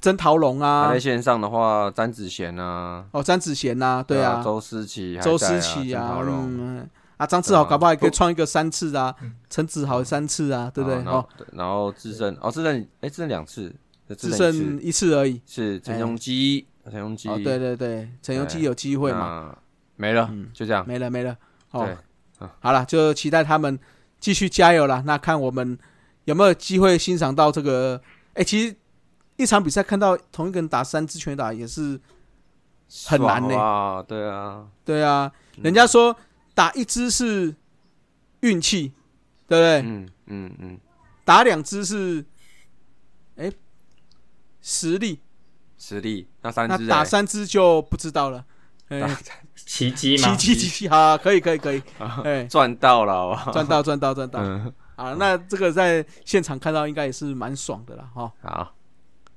曾桃龙他啊在，线上的话，詹子贤啊，哦，詹子贤呐，对啊，周思齐还在啊，周思齐郑啊桃，龙嗯，啊，张志豪对啊搞不好也可以不创一个三次啊，陈子豪三次啊，对不对？然哦后，然后智胜，哦，智胜，哎，智胜两次，只智胜一次剩一次而已。是陈雄基，陈雄基哎哦，对对对，陈尤基对有机会嘛？嗯嘛，没了，就这样，没了没了，哦对，，啊好了，就期待他们继续加油啦。那看我们有没有机会欣赏到这个？哎，其实一场比赛看到同一个人打三支全垒打也是，很难爽呢啊，对啊，对啊，人家说打一支是运气，对不对？嗯嗯嗯，打两支是，哎，实力。实力那三那支打哎三支就不知道了。哎，奇迹奇吗？迹奇迹，好啊，可以可以可以，哎，赚到了，好不 好？赚到赚到赚到。嗯，啊，那这个在现场看到应该也是蛮爽的啦，哈、好，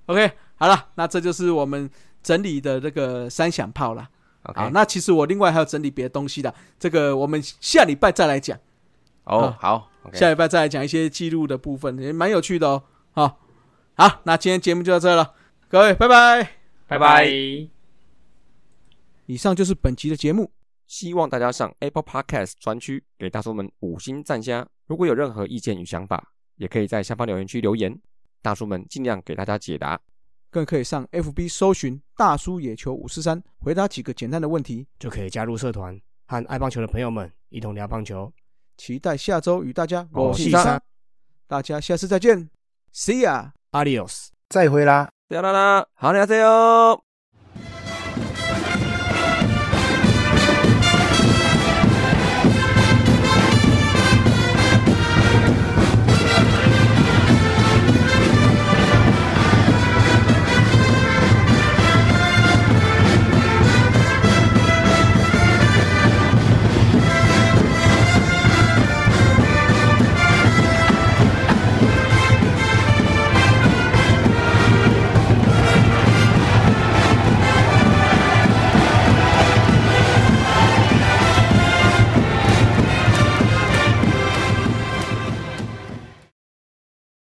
OK，好了，那这就是我们整理的这个三响炮啦。啊 OK，，那其实我另外还有整理别的东西的，这个我们下礼拜再来讲，哦，啊好，OK，下礼拜再来讲一些记录的部分，也蛮有趣的哦。好、好，那今天节目就到这了，各位拜拜。拜拜拜。以上就是本集的节目，希望大家上 Apple Podcast 专区给大叔们五星赞加。如果有任何意见与想法，也可以在下方留言区留言，大叔们尽量给大家解答。更可以上 FB 搜寻“大叔野球五四三”，回答几个简单的问题。就可以加入社团，和爱棒球的朋友们一同聊棒球。期待下周与大家我我是是三三，大家下次再见，See ya。 Adios。再会啦。啦啦啦，好，你好，加油！